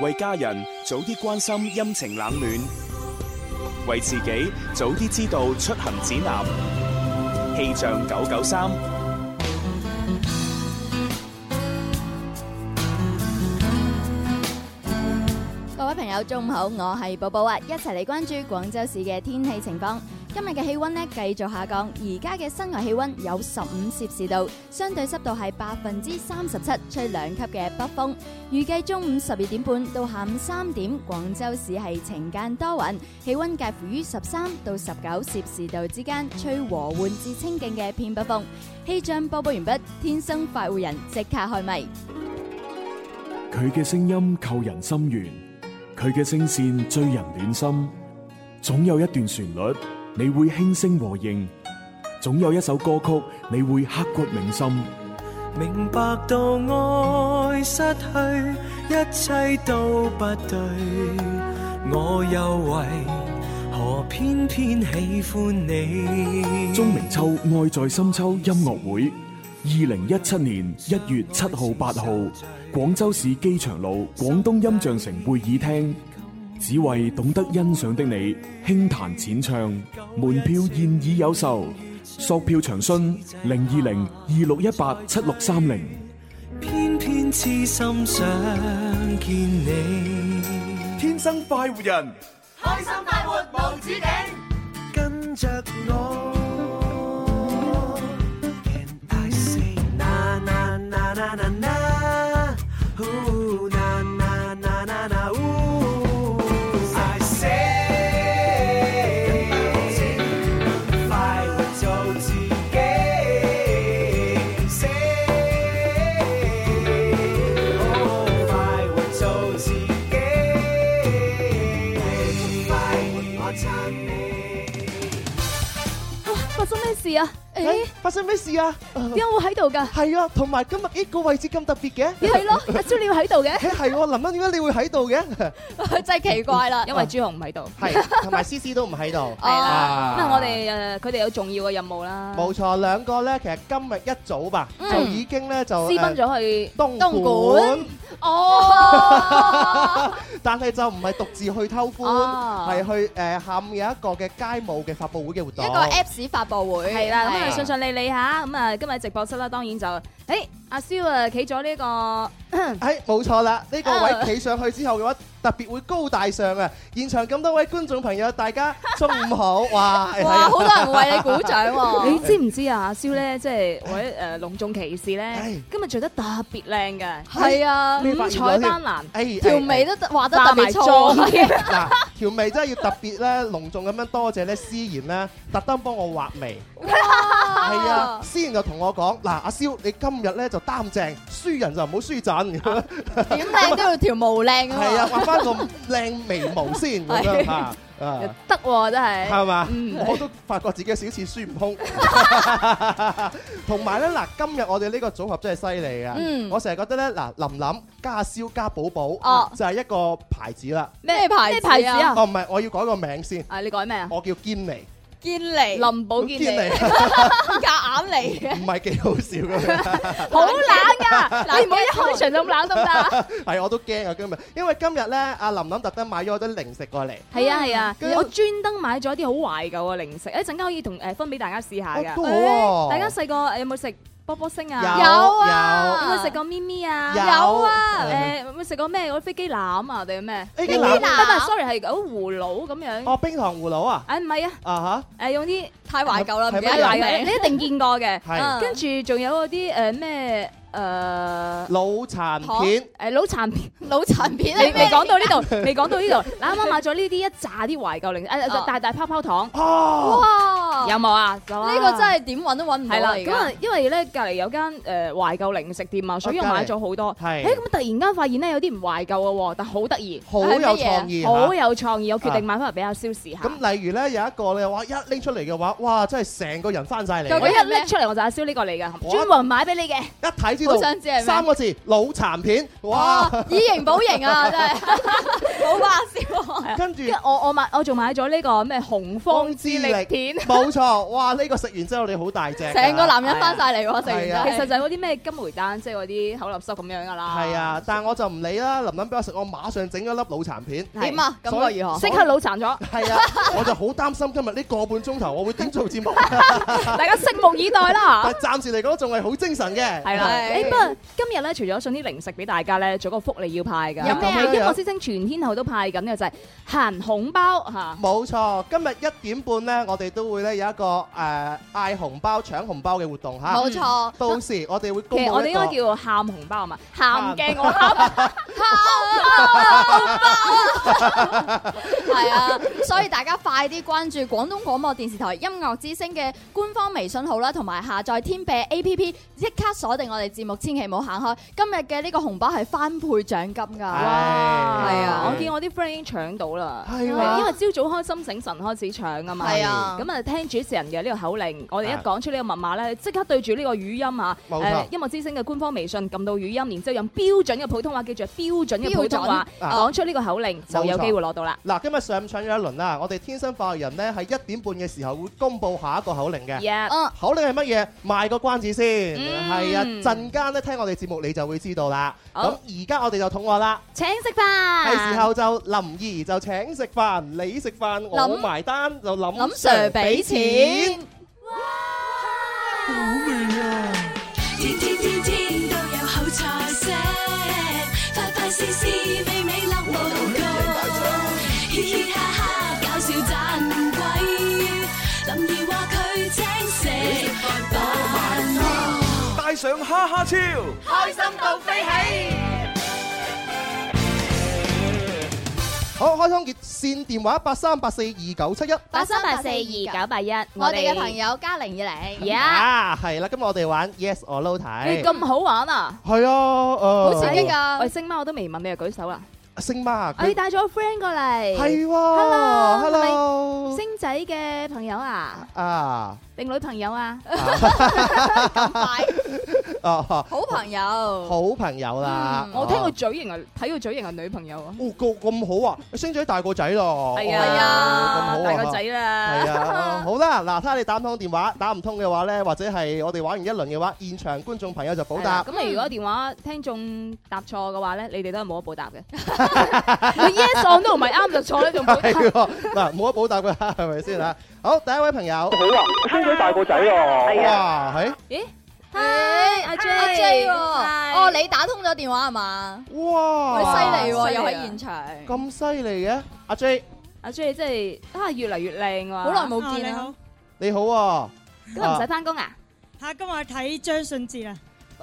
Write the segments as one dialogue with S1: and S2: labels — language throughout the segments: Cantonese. S1: 為家人早啲關心陰晴冷暖，為自己早啲知道出行指南。氣象九九三。
S2: 各位朋友，中午好，我係寶寶啊，一齊嚟關注廣州市嘅天氣情況。今日嘅氣温呢繼續下降，而家嘅室外氣温有十五攝氏度，相對濕度係百分之三十七，吹兩級嘅北風。預計中午十二點半到下午三點，廣州市係晴間多雲，氣温介乎於十三到十九攝氏度之間，吹和緩至清勁嘅偏北風。氣象播報完畢，天生快活人即刻開咪。
S3: 佢嘅聲音扣人心弦，佢嘅聲線醉人暖心。總有一段旋律你會輕聲和應，總有一首歌曲你會刻骨銘心。
S4: 明白到愛失去，一切都不對，我又為何偏偏喜歡你？
S3: 鍾明秋愛在深秋音樂會，二零一七年一月七號、八號，廣州市機場路廣東音像城會議廳，只為懂得欣賞的你輕彈淺唱，門票現已有售，索票詳詢零二零二六一八七六三零。
S4: 偏偏痴心想見你，
S3: 天生快活人，
S5: 开心快活无止境，
S4: 跟着我。Can I say na na na na na na? Ooh, na na na na na ooh. I say，快活做自己。Say，哦快活做自己。快活我撐你。
S2: 啊發生咩事啊？誒、
S6: 發生咩事啊？
S2: 點解會喺度㗎？
S6: 係啊，同埋今日呢個位置咁特別嘅，
S2: 係咯，阿朱你要喺度 嘅，
S6: 誒係喎，林欣點解你會喺度嘅？
S2: 真係奇怪啦。
S7: 因為朱紅唔喺度。
S6: 係，同埋思思都唔喺度。
S2: 哦
S7: 啦，因為我哋誒佢哋有重要嘅任務啦，
S6: 冇錯，兩個咧，其實今日一早吧，
S2: 嗯
S6: 就已經咧就
S7: 私奔
S6: 誒
S7: 咗去
S2: 東
S6: 東
S2: 莞
S6: 莞，
S2: 哦，
S6: 但係就唔係獨自去偷
S2: 哦
S6: 歡，係去誒下午有一個嘅街舞嘅發佈會嘅活
S2: 一
S6: 動。
S2: 個 Apps 發佈會
S7: 係啦，咁
S2: 係
S7: 啊順順利利嚇，咁啊今日直播室啦，當然就誒阿蕭啊企咗呢個
S6: 係冇錯啦，呢個
S2: 啊
S6: 位企上去之後嘅話，特別會高大上啊！現場咁多位觀眾朋友，大家中午好，哇！係
S2: 哇，
S6: 啊
S2: 好多人為你鼓 掌
S7: 你
S2: 喎。
S7: 知唔知啊？阿蕭咧，即係或者誒隆重其事咧
S6: 係，
S7: 今日着得特別靚嘅，
S2: 係啊，
S6: 咩
S7: 五彩斑斕，
S6: 誒
S2: 條
S6: 誒
S2: 眉都畫得
S7: 化
S2: 特
S7: 埋
S2: 別 錯
S7: 妝，
S6: 嗱，條眉真係要特別咧隆重咁樣多謝咧思妍咧，特登幫我畫眉。係啊，思妍就同我講：嗱，阿蕭，你今日咧就擔正，輸人就唔好輸
S7: 啊
S6: 陣。
S2: 點靚都要條毛靚
S6: 係啊，
S2: 啊嘛。
S6: 畫翻個靚眉毛先咁樣嚇。啊
S7: 得喎真係。
S6: 係嘛？
S7: 嗯
S6: 我都發覺自己少似孫悟空。同埋咧，嗱，今日我哋呢個組合真係犀利啊！
S2: 嗯
S6: 我成日覺得咧，嗱，琳琳加蕭加寶寶、
S2: 哦
S6: 就係一個牌子啦。
S2: 咩牌
S7: 咩牌子
S2: à?
S7: 啊？
S6: 哦，唔係，我要改個名先，
S7: 啊，你改咩啊？
S6: 我叫堅尼。
S2: 堅尼
S7: 林寶堅
S6: 堅
S7: 尼，
S6: 尼
S2: 夾硬嚟嘅，
S6: 唔係幾好笑嘅，
S7: 好冷噶，你唔好一開場就咁冷得唔得啊？
S6: 係我都驚啊今日，因為今日咧，阿琳琳特登買咗啲零食過嚟，
S7: 係啊係啊，
S6: 跟住
S7: 我專登買咗啲好懷舊嘅零食，一陣間可以同誒分俾大家試下
S6: 哦都
S7: 㗎。
S6: 好喎，
S7: 大家細個誒有冇食波波星啊？
S2: 有啊
S7: 有冇食過咪咪啊？
S6: 有
S2: 有啊
S6: 誒
S7: 誒有冇食過咩？嗰啲飛機欖啊定係咩？
S6: 飛
S2: 機
S7: 唔
S2: 欖
S7: 係唔係，sorry 係嗰葫蘆咁
S2: 哎
S7: 樣。
S6: 哦冰糖葫蘆啊，
S7: 誒唔係啊，
S6: 啊
S7: 誒用啲
S2: 太懷舊啦，唔記
S6: 係
S2: 得
S6: 咩
S2: 咗
S6: 人
S2: 名
S7: 你。一定見過嘅。
S6: 係
S2: 啊
S7: 跟住仲有嗰啲誒咩誒
S6: 嚇，腦殘片。
S7: 誒腦殘片。
S2: 腦殘片
S7: 未未
S2: 係咩？
S7: 講到呢度， 未講到呢度。嗱啱啱買咗呢啲一紮啲懷舊零食，
S2: 哦
S7: 誒大大泡泡糖
S6: 哦，
S2: 哇！
S7: 有冇啊？呢
S2: 呢個真係點揾都揾唔到
S7: 係啦，
S2: 嚟
S7: 咁
S2: 㗎
S7: 啊，因為咧隔離有間誒懷舊零食店啊，所以我
S6: 隔離
S7: 買咗好多。誒
S6: 係
S7: 咁啊突然間發現咧有啲唔懷舊嘅喎，但好得意，
S6: 好有創意
S7: 好
S6: 嚇。啊
S7: 有創意，我決定買翻嚟俾阿蕭試下。
S6: 咁例如咧有一個咧，哇一拎出嚟嘅話，哇真係成個人翻晒
S2: 究
S7: 我
S2: 竟
S6: 嚟，
S7: 一拎出嚟我就阿蕭呢個嚟嘅，
S6: 我
S7: 專門買俾你 嘅。
S6: 一睇知
S2: 好想知係咩
S6: 道
S2: 哦
S6: 三個字腦殘片，哇！
S2: à. 哇！以形補形啊，真係冇話笑。
S7: 喎。
S6: 跟住
S7: 跟住我我買我仲買咗呢個咩洪荒之力片，
S6: 冇錯，哇！呢個食完之後你好大隻㗎，
S2: 成個男人翻晒嚟喎，食完
S6: 係
S7: 其
S6: 啊
S2: 真
S7: 實
S2: 係
S7: 就係嗰啲咩金梅丹，即係嗰啲口立濕咁樣噶啦。
S6: 係啊，但係我就唔理啦。林林俾我食，我馬上整咗粒腦殘片。
S7: 係，
S2: 點啊？感
S6: 所以
S2: 覺如何？
S7: 即刻腦殘咗，
S6: 係啊， 我就好擔心今日呢個半鐘頭我會點 做節目，
S7: 大家拭目以待啦
S6: 但係暫時嚟講仲係好精神嘅。
S7: 係啦，啊
S2: 係
S7: 誒不過今日咧，除咗送啲零食俾大家咧，仲有個福利要派㗎。
S2: 有咩啊
S7: 音樂之星全天候都派緊嘅就係鹹紅包嚇，
S6: 冇錯，今日一點半呢，我哋都會呢有一個誒嗌紅包搶紅包嘅活動嚇。
S2: 冇錯，
S6: 到時我哋會公
S7: 其
S6: 佈一
S7: 實
S6: 個
S7: 我哋應該叫鹹紅包啊嘛，鹹嘅我鹹，
S2: 啊 係啊，所以大家快啲關注廣東廣播電視台音樂之聲嘅官方微信號啦，同埋下載天幣 A P P，即刻鎖定我哋節目，千祈唔好行開。今日嘅呢個紅包係翻倍獎金
S7: 啊
S6: 唉
S2: 㗎，係啊
S7: 我見我啲 friend 已經搶到啦，
S6: 係
S2: 啊
S7: 因為朝早開心醒神開始搶啊嘛。
S2: 係啊，
S7: 咁啊，聽主持人嘅呢個口令，我哋一講出呢個密碼咧，即刻對住呢個語音啊，
S6: 冇錯
S7: 音樂之星嘅官方微信撳到語音，然之後用標準嘅普通話，記住係標準嘅普通話
S6: 標準啊
S7: 講出呢個口令，就有
S6: 冇錯
S7: 機會攞到啦。
S6: 嗱，今日上午搶咗一輪啦，我哋天生化學人呢，喺一點半嘅時候會公佈下一個口令嘅。
S7: Yeah
S2: 嗯，
S6: 口令係乜嘢？賣個關子先，
S7: 嗯
S6: 係啊！陣間咧聽我哋節目你就會知道啦。咁
S7: 好
S6: 而家我哋就肚餓啦，
S7: 請食飯，
S6: 係時候就林兒就請食飯，你食飯我
S2: 林
S6: 埋單，就林
S2: 林 Sir 俾錢。。
S8: 天天天天都有好菜色，快快試試美美樂無窮，嘻嘻哈哈搞笑盞鬼，林兒話佢請食飯喎。
S4: 帶上哈哈超。
S5: 开心到飞起。
S6: 好，開通熱線電話八三八四二九七一。
S7: 八三八四二九八一，
S2: 我哋嘅朋友加零二零，
S7: 呀，
S6: 啊，係啦，今日我哋玩 Yes or No
S7: 你
S6: 題。
S7: 咁好玩啊！
S6: 係啊，好
S2: 好刺激
S7: 喂，
S2: 㗎！
S7: 星媽我都未問你就啊舉手啦，
S6: 星媽，
S7: 我哋
S6: 佢
S7: 帶咗個 friend 過嚟，
S6: 係喎
S7: Hello，
S6: 啊，Hello，
S7: 星仔嘅朋友啊，
S6: 啊，
S7: 定女朋友啊？
S2: 咁快，
S6: 哦，
S2: 好朋友，
S6: 好朋友啦。
S7: 我聽佢
S6: 哦
S7: 嘴型係睇佢嘴型係女朋友啊。
S6: 哦，咁咁好啊！星仔大個仔咯，
S7: 係
S6: 哦
S2: 係啊
S7: 啊，
S6: 咁好
S7: 大個仔啦，
S6: 係 啊，好啦，嗱，睇下你打唔通電話，打唔通嘅話咧，或者係我哋玩完一輪嘅話，現場觀眾朋友就補
S7: 係啦
S6: 答。
S7: 咁你如果電話聽眾答錯嘅話咧，你哋都係冇得補 答嘅。你 yes on 都唔係啱就錯咧，仲補
S6: 係
S7: 答。
S6: 喎哎嗱，冇得補答㗎啦，係咪先嚇？好，第一位朋友，哇，係，
S7: 咦？
S2: 唉
S7: 阿 J，
S2: 哎阿 J 喎，
S7: 係
S2: 哦，你打通咗電話係嘛？佢
S6: 哇，
S2: 犀利
S7: 哇
S2: 喎，
S7: 犀利
S2: 又喺
S7: 啊
S2: 現場，
S6: 咁犀利嘅，阿 J
S7: 阿 J 真係啊，越嚟越靚喎。
S2: 哦好耐冇見啊啦。
S6: 你好喎，
S7: 啊今日唔使翻工啊？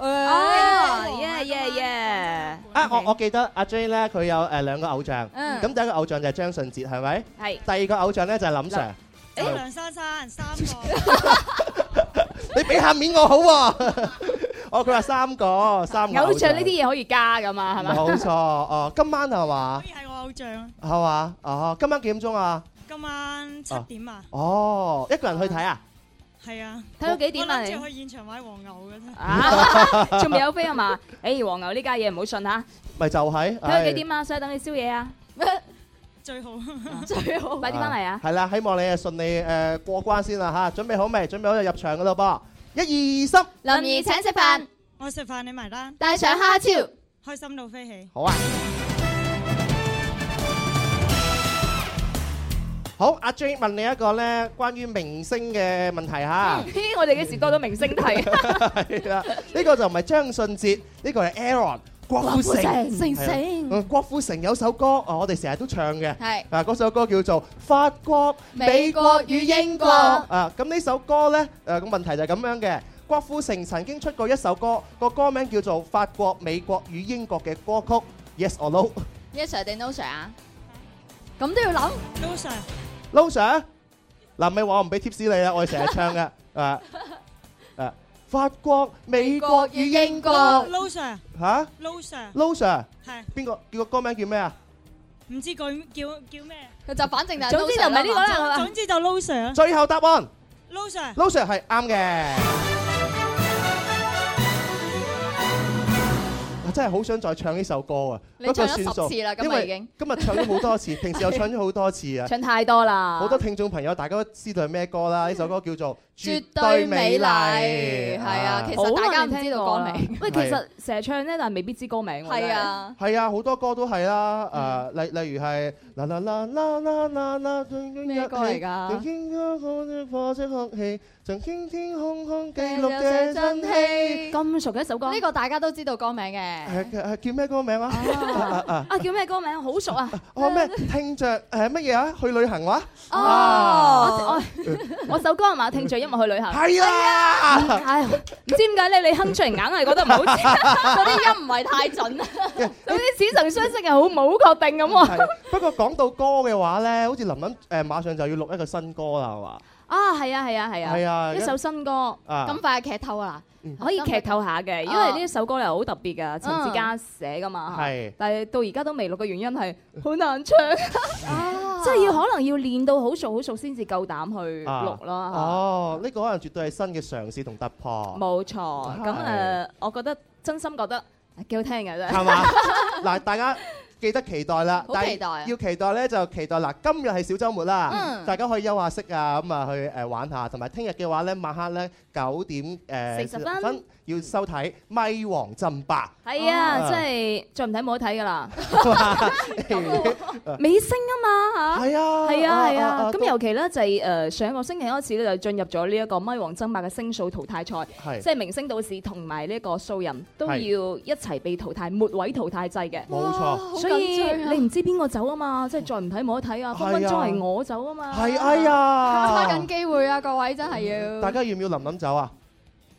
S2: 哦
S7: 哦，yeah yeah yeah，
S6: 啊，我我記得阿 J 咧，佢有誒兩個偶像，
S2: 嗯
S6: 咁第一個偶像就係張信哲，係咪？
S7: 係
S6: 第二個偶像咧就係林 Sir，你俾下面我好喎。 哦，佢話三個，三個
S7: 偶像呢啲嘢可以加噶嘛，係嘛？
S6: 冇錯，哦，今晚係嘛？係嘛？哦，今晚幾點鐘啊？哦，一個人去睇啊？
S7: 睇到幾點啊？你 啊，仲未有飛啊嘛？誒，黃牛呢家嘢唔好信嚇。
S6: 咪就係
S7: 睇到幾點啊？想等你宵夜啊？最好快啲翻嚟啊！
S6: 係啦，希望你誒順利誒過關先啦嚇，準備好未？準備好就入場噶咯噃，一二三，
S2: 林兒請食飯，帶上蝦超。
S6: 好啊！好，阿 J 問你一個咧關於明星嘅問題嚇，
S7: 咦，我哋幾時多咗明星睇？
S6: 係啦，呢個就唔係張信哲，呢個係 Aaron 郭富城。
S2: 成
S6: 係啦
S2: 成
S6: 嗯郭富城有首歌，啊我哋成日都唱嘅。
S2: 係
S6: 啊，嗰首歌叫做《法國、
S2: 美國與英國
S6: 啊，咁呢首歌呢，誒、個問題就係咁樣嘅。郭富城曾經出過一首歌，個歌名叫做《法國、美國與英國》嘅歌曲。Yes or no？Low
S2: yes sir 定 no sir 啊？咁都要諗
S6: Sir，嗱咪話我唔俾貼士你啦，我哋成日唱嘅。啊啊，法國、美國與英國嚇、Low Sir，邊個叫個歌名叫咩啊？
S2: 佢就反正就係
S7: 總之
S2: no
S7: 就
S2: sir
S7: 唔係呢個
S2: 嘛
S7: 啦，係嘛？
S6: 最後答案，Low Sir 係啱嘅。真係好想再唱呢首歌啊！
S2: 你
S6: 不過
S2: 唱咗
S6: 算數
S2: 10次啦今日
S6: 因為
S2: 已經
S6: 今日唱咗好多次，平時又唱咗好多次啊！
S7: 唱太多啦，
S6: 好多聽眾朋友大家都知道係咩歌啦，呢首歌叫做《
S2: 絕對
S6: 對美
S2: 美麗
S6: 麗》，
S2: 係啊，其
S6: 實
S2: 實大家唔
S7: 好多人
S2: 知
S7: 聽
S2: 道
S7: 過
S2: 歌
S7: 啦
S2: 名，。
S7: 喂，其實成日唱咧，但係未必知歌名喎。
S2: 係啊，
S6: 係啊，好多歌都係啦，誒，例例如係啦啦啦啦啦啦啦，
S2: 咩
S6: 咩
S2: 歌嚟㗎
S6: 曾經有個火車哭泣，曾經天空空記錄這真氣。
S7: 咁熟嘅一首歌，
S2: 呢個大家都知道歌名嘅，
S6: 係係叫咩歌名啊？啊啊啊！
S7: 啊叫咩歌名？好熟 啊！
S6: 我咩聽着誒乜嘢啊？去旅行話
S2: 哦
S6: 啊，
S7: 我我首歌係嘛？聽住音樂去旅 行。
S6: 係啊！
S7: 唉，唔知點解咧，你哼出嚟硬係覺得唔好 似，
S2: 嗰啲音唔係 太準，
S7: 好似似曾相識嘅好冇確定咁喎。
S6: 係不過講到歌嘅話咧，好似林琳誒馬上就要錄一個新歌啦，係嘛？
S7: 啊，係啊，係啊，係啊，
S6: 係啊
S7: 一首新歌。
S6: 啊
S2: 咁快就劇透啦，
S7: 可以劇透下嘅，因為呢一首歌又好特別㗎，陳志嘉寫㗎嘛，
S6: 係
S7: 但係到而家都未錄嘅原因係好難唱， 即係要可能要練到好熟好熟先至夠膽去錄啦。
S6: 哦，呢個可能絕對係新嘅嘗試同突破，
S7: 啊冇錯，咁
S6: 係
S7: 誒，我覺得真心覺得幾好聽嘅啫。
S6: 係嘛？嗱，大家。記得期待啦，
S2: 好
S6: 但係
S2: 期待啊
S6: 要期待咧就期待嗱，今日係小週末啦
S2: 嗯，
S6: 大家可以休下息啊，咁啊去誒玩下，同埋聽日嘅話咧晚黑咧九點誒
S7: 40分
S6: 要收睇《咪王爭霸》。
S7: 係啊，
S6: 哦
S7: 即係再唔睇冇得睇㗎 啦，尾聲啊嘛嚇。
S6: 係啊，
S7: 係啊係啊，咁
S6: 都
S7: 尤其咧就係誒上個星期開始咧就進入咗呢一個咪王爭霸嘅星數淘汰賽，
S6: 係
S7: 即係明星導士同埋呢一個素人都要
S6: 係
S7: 一齊被淘汰，末位淘汰制嘅。
S6: 冇錯，
S7: 所以你唔知邊個走啊嘛，即係再唔睇冇得睇啊，分分鐘係我走啊嘛。
S6: 係哎
S2: 揸
S6: 呀
S2: 緊，機會啊，各位真係
S6: 大
S2: 要，
S6: 家要唔要林林走啊？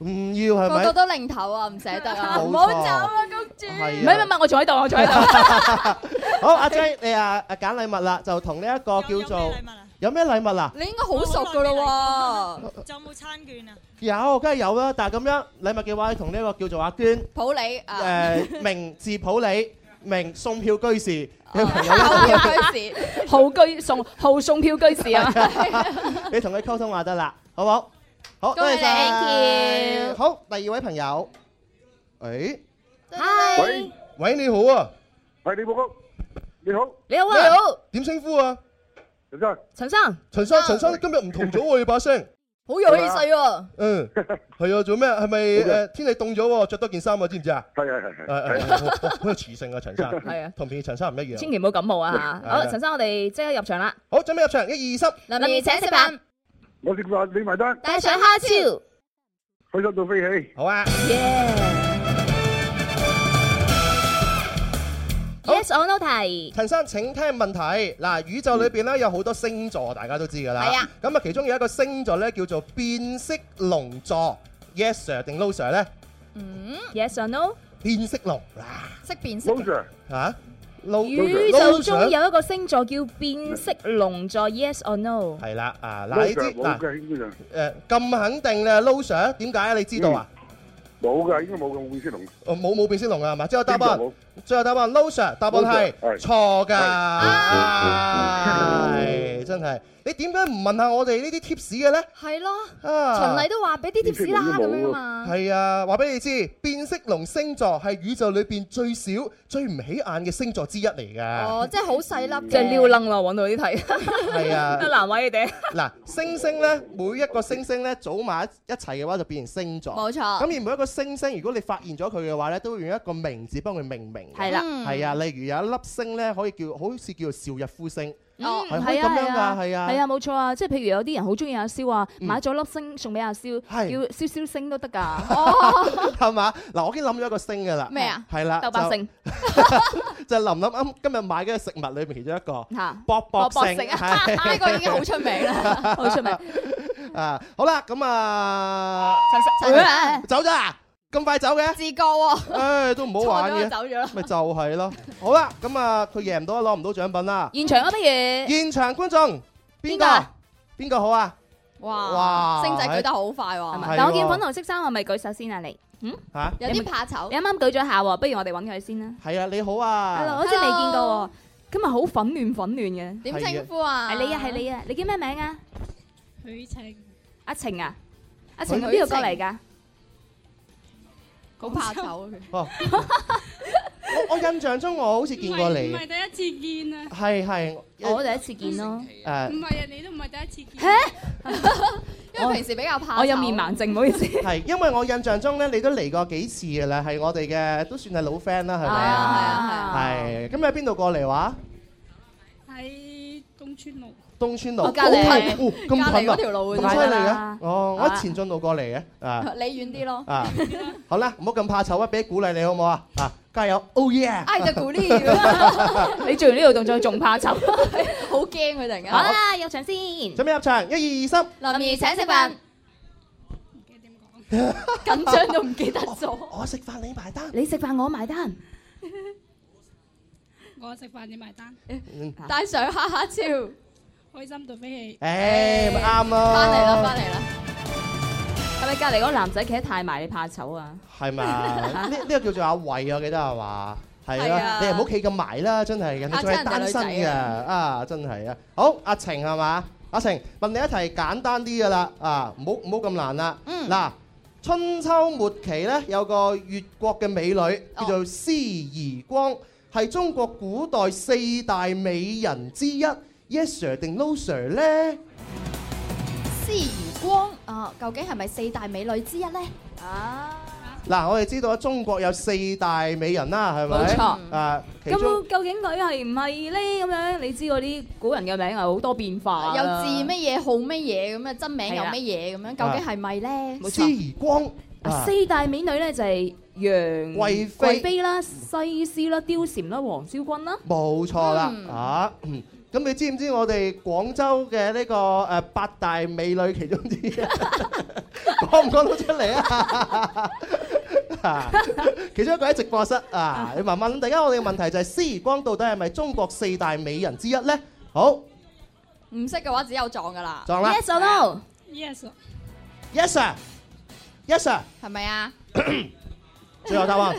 S6: 唔要係
S2: 個個
S6: 咪？
S2: 都擰頭啊，唔捨得啊，
S6: 冇錯
S2: 唔好走啦，公主，
S7: 唔
S6: 係
S7: 係唔係唔
S6: 啊，
S7: 係，我仲喺度，我仲喺度。
S6: 好阿 J，你啊啊揀禮物啦，就同呢一個叫做有咩禮物啊？
S2: 你應該好熟噶咯 喎，
S6: 有，梗係有啦，但係咁樣禮物嘅話，你同呢一個叫做阿娟
S2: 普洱啊，
S6: 誒名字普你名送票居士嘅朋友咧，
S2: 有票居士，
S7: 豪居 送豪送票居士 啊！
S6: 你同佢溝通下得啦，好唔好？好，多
S2: 恭喜
S6: 謝
S2: 你，thank
S6: 晒
S2: you。
S6: 好，第二位朋友，誒，
S2: 嗨，
S6: 喂你好啊，
S7: 你好
S6: 你
S7: 啊，
S6: 點稱呼啊？
S7: 陳生，
S6: 陳生，陳生，你今日唔同咗喎，你把聲。
S7: 好有氣勢喎。
S6: 嗯，係啊，做咩？係咪誒天氣凍咗喎？着多件衫啊，知唔知啊？係係係，好有磁性啊，陳生。
S7: 係啊
S6: 同平時陳生唔一
S7: 千
S6: 樣。
S7: 祈唔好感冒啊嚇！
S6: 係啊
S7: 好，陳生，我哋即刻入場啦。
S6: 好，準備入場，一二三，
S7: 林怡請食飯，帶上蝦超。
S6: 好啊！
S7: Yes or no 題？
S6: 陳生請聽問題。嗱，宇宙裏邊咧有好多星座，大家都知㗎啦。
S7: 係啊。
S6: 咁啊，其中有一個星座咧叫做變色龍座，Yes sir 定 No sir 咧？
S7: Yes or no？
S6: 變色龍嗱
S2: 識變色嘅，
S6: 嚇，No
S7: 宇宙中
S6: No sir？
S7: 有一個星座叫變色龍座，Yes or no？
S6: 係啦啊嗱，你知嗱誒咁肯定咧，No sir 點解啊？你知道啊？哦，冇冇變色龍啊，係嘛？最後答案，最後答案，Low Sir，答案
S9: Low
S6: 係
S9: Sir，係
S6: 錯㗎，唉真係。你點解唔問下我哋呢啲 tips 嘅咧？
S2: 係咯，
S6: 啊，
S2: 循例都話俾啲 tips 啦咁樣啊嘛，
S6: 係啊，話俾你知，變色龍星座係宇宙裏邊最少、最唔起眼嘅星座之一嚟㗎。
S2: 哦，即係好細粒嘅，
S7: 即係撩楞咯，揾到啲題，
S6: 係啊
S7: 得，難為你哋。
S6: 嗱，星星咧，每一個星星咧，組埋一一齊嘅話就變成星座。
S2: 冇錯
S6: 咁而每一個星星，如果你發現咗佢嘅話咧，都會用一個名字幫佢命名嘅。
S7: 係啦
S2: 嗯
S6: 係啊，例如有一粒星咧，可以叫好似叫做邵逸夫星，
S7: Ờ,
S2: 哦
S6: 係可以
S7: à,
S6: 咁樣㗎，係啊，
S7: 係啊，冇錯啊，即係譬如有啲人好中意阿蕭啊，買咗粒星送俾阿蕭，
S6: 係
S7: 叫蕭蕭星都得㗎，
S6: 係嘛？嗱，我已經諗咗一個星㗎啦，
S2: 咩啊？
S6: 係啦，
S7: 豆百姓
S6: 就就係林林啱今日買嘅食物裏面其中一個
S2: 啊
S7: 嚇，
S6: 博博
S2: 博
S6: 星，
S2: 星啊
S6: 係
S2: 呢個已經好出名啦，
S7: 好出名。
S6: 啊，好啦，咁啊，
S2: 陳生
S6: 走咗啊，咁快走 嘅，
S2: 自告喎，
S6: 唉，都唔好
S2: 錯
S6: 玩
S2: 咗就
S6: 嘅，
S2: 走咗啦，
S6: 咪就係咯。好啦，咁啊，佢贏唔到，攞唔到獎品啦。
S7: 現場啊，不如
S6: 現場觀眾邊
S2: 邊個
S6: 個
S2: 啊？
S6: 邊個好啊？
S2: 哇，
S6: 哇
S2: 星仔舉得好快喎，
S6: 係
S7: 但我見
S6: 喎
S7: 粉紅色衫係咪舉手先啊？你
S6: 嚇，
S2: 有啲怕醜
S7: 你。啱啱舉咗下喎，不如我哋揾佢先啦。
S6: 係啊，你好啊。
S7: Hello，好似未見過喎，今日好粉嫩粉嫩嘅。
S2: 點稱呼啊？
S7: 係你啊，係你啊，你叫咩名啊？阿晴啊，阿晴係
S2: 許
S7: 邊個
S2: 晴
S7: 過嚟㗎？
S2: 好怕醜啊佢
S6: 哦，我我印象中我好似見過
S9: 唔
S6: 你，
S9: 係第一次見啊！
S6: 係係
S7: 我第一次見咯，
S9: 唔
S6: 誒
S9: 係啊，你都唔係第一次見。
S2: 因為平時比較怕醜
S7: 我有面盲症，唔好意思。
S6: 係，因為我印象中咧你都嚟過幾次嘅啦，係我哋嘅都算係老 friend 啦，係咪啊？
S2: 係啊
S6: 係，咁喺邊度過嚟話？
S9: 喺東村路，
S6: 東村路，
S2: 我隔離
S6: 哦哦咁近啊，
S2: 隔離嗰條路
S6: 咁
S2: 嘅
S6: 犀利
S2: 啫
S6: 嘅
S2: 啦，
S6: 哦，我喺前進路過嚟嘅，啊。
S2: 你遠啲咯。
S6: 啊，好啦，唔好咁怕醜啊，俾啲鼓勵你好唔好啊？啊，加油！Oh yeah！
S2: 哎，就鼓呢 樣，
S7: 你做完呢個動作仲怕醜。
S2: 好驚佢突然間。
S7: 啊好啦，入場先。緊
S6: 準備入場，一二三，
S2: 林怡請食飯，
S9: 唔記得點講。
S7: 張到唔記得咗。
S6: 我食飯你埋單。
S7: 你食飯我埋單。
S9: 我食飯你埋單，
S2: 帶上哈哈超，
S9: 開心到飛起。
S6: 誒，咪啱咯。
S2: 翻嚟啦，翻嚟啦。
S7: 係咪隔離嗰個男仔企得太埋，你怕醜啊？
S6: 係咪啊？呢呢個叫做阿慧啊，我記得係嘛？係
S2: 係
S6: 啦，
S2: 啊
S6: 你又唔好企咁埋啦，真係嘅，你
S2: 嚇
S6: 仲係
S2: 親
S6: 單
S2: 人哋
S6: 身
S2: 女
S6: 嘅
S2: 仔
S6: 啊，真係啊！好，阿晴係嘛？阿晴問你一題簡單啲嘅啦，啊，唔好唔好咁難啦。嗱，春秋末期咧有個越國嘅美女叫做司夷光，係中國古代四大美人之一。Yes sir 定 No sir 咧？
S2: 思如光啊，究竟係咪四大美女之一咧？啊，
S6: 嗱，我哋知道啊中國有四大美人啦，係咪？
S7: 冇錯
S6: 啊，其中
S7: 咁究竟佢係唔係咧？咁樣你知嗰啲古人嘅名係好多變化
S2: 有
S7: 啦
S2: 字乜嘢號乜嘢咁啊，真名又
S7: 係啦
S2: 乜嘢咁樣，究竟係咪咧？
S7: 冇錯
S6: 司夷光。啊
S7: 四大美女咧就係楊
S6: 貴妃
S7: 貴妃啦、西施啦、貂蟬啦、黃昭君啦。
S6: 冇錯啦，
S2: 嗯
S6: 啊，嗯咁你知唔知我哋廣州嘅呢個誒八大美女其中之一？ 講唔講到出嚟啊？ 啊其中一個喺直播室啊，你慢慢諗。大家我哋嘅問題就係司儀光到底係咪中國四大美人之一呢？好，
S2: 唔識嘅話，只有撞噶啦，
S6: 撞啦
S7: Yes or no？
S9: Yes，
S6: ，yes sir，yes sir，
S2: 係咪啊？
S6: 最後答案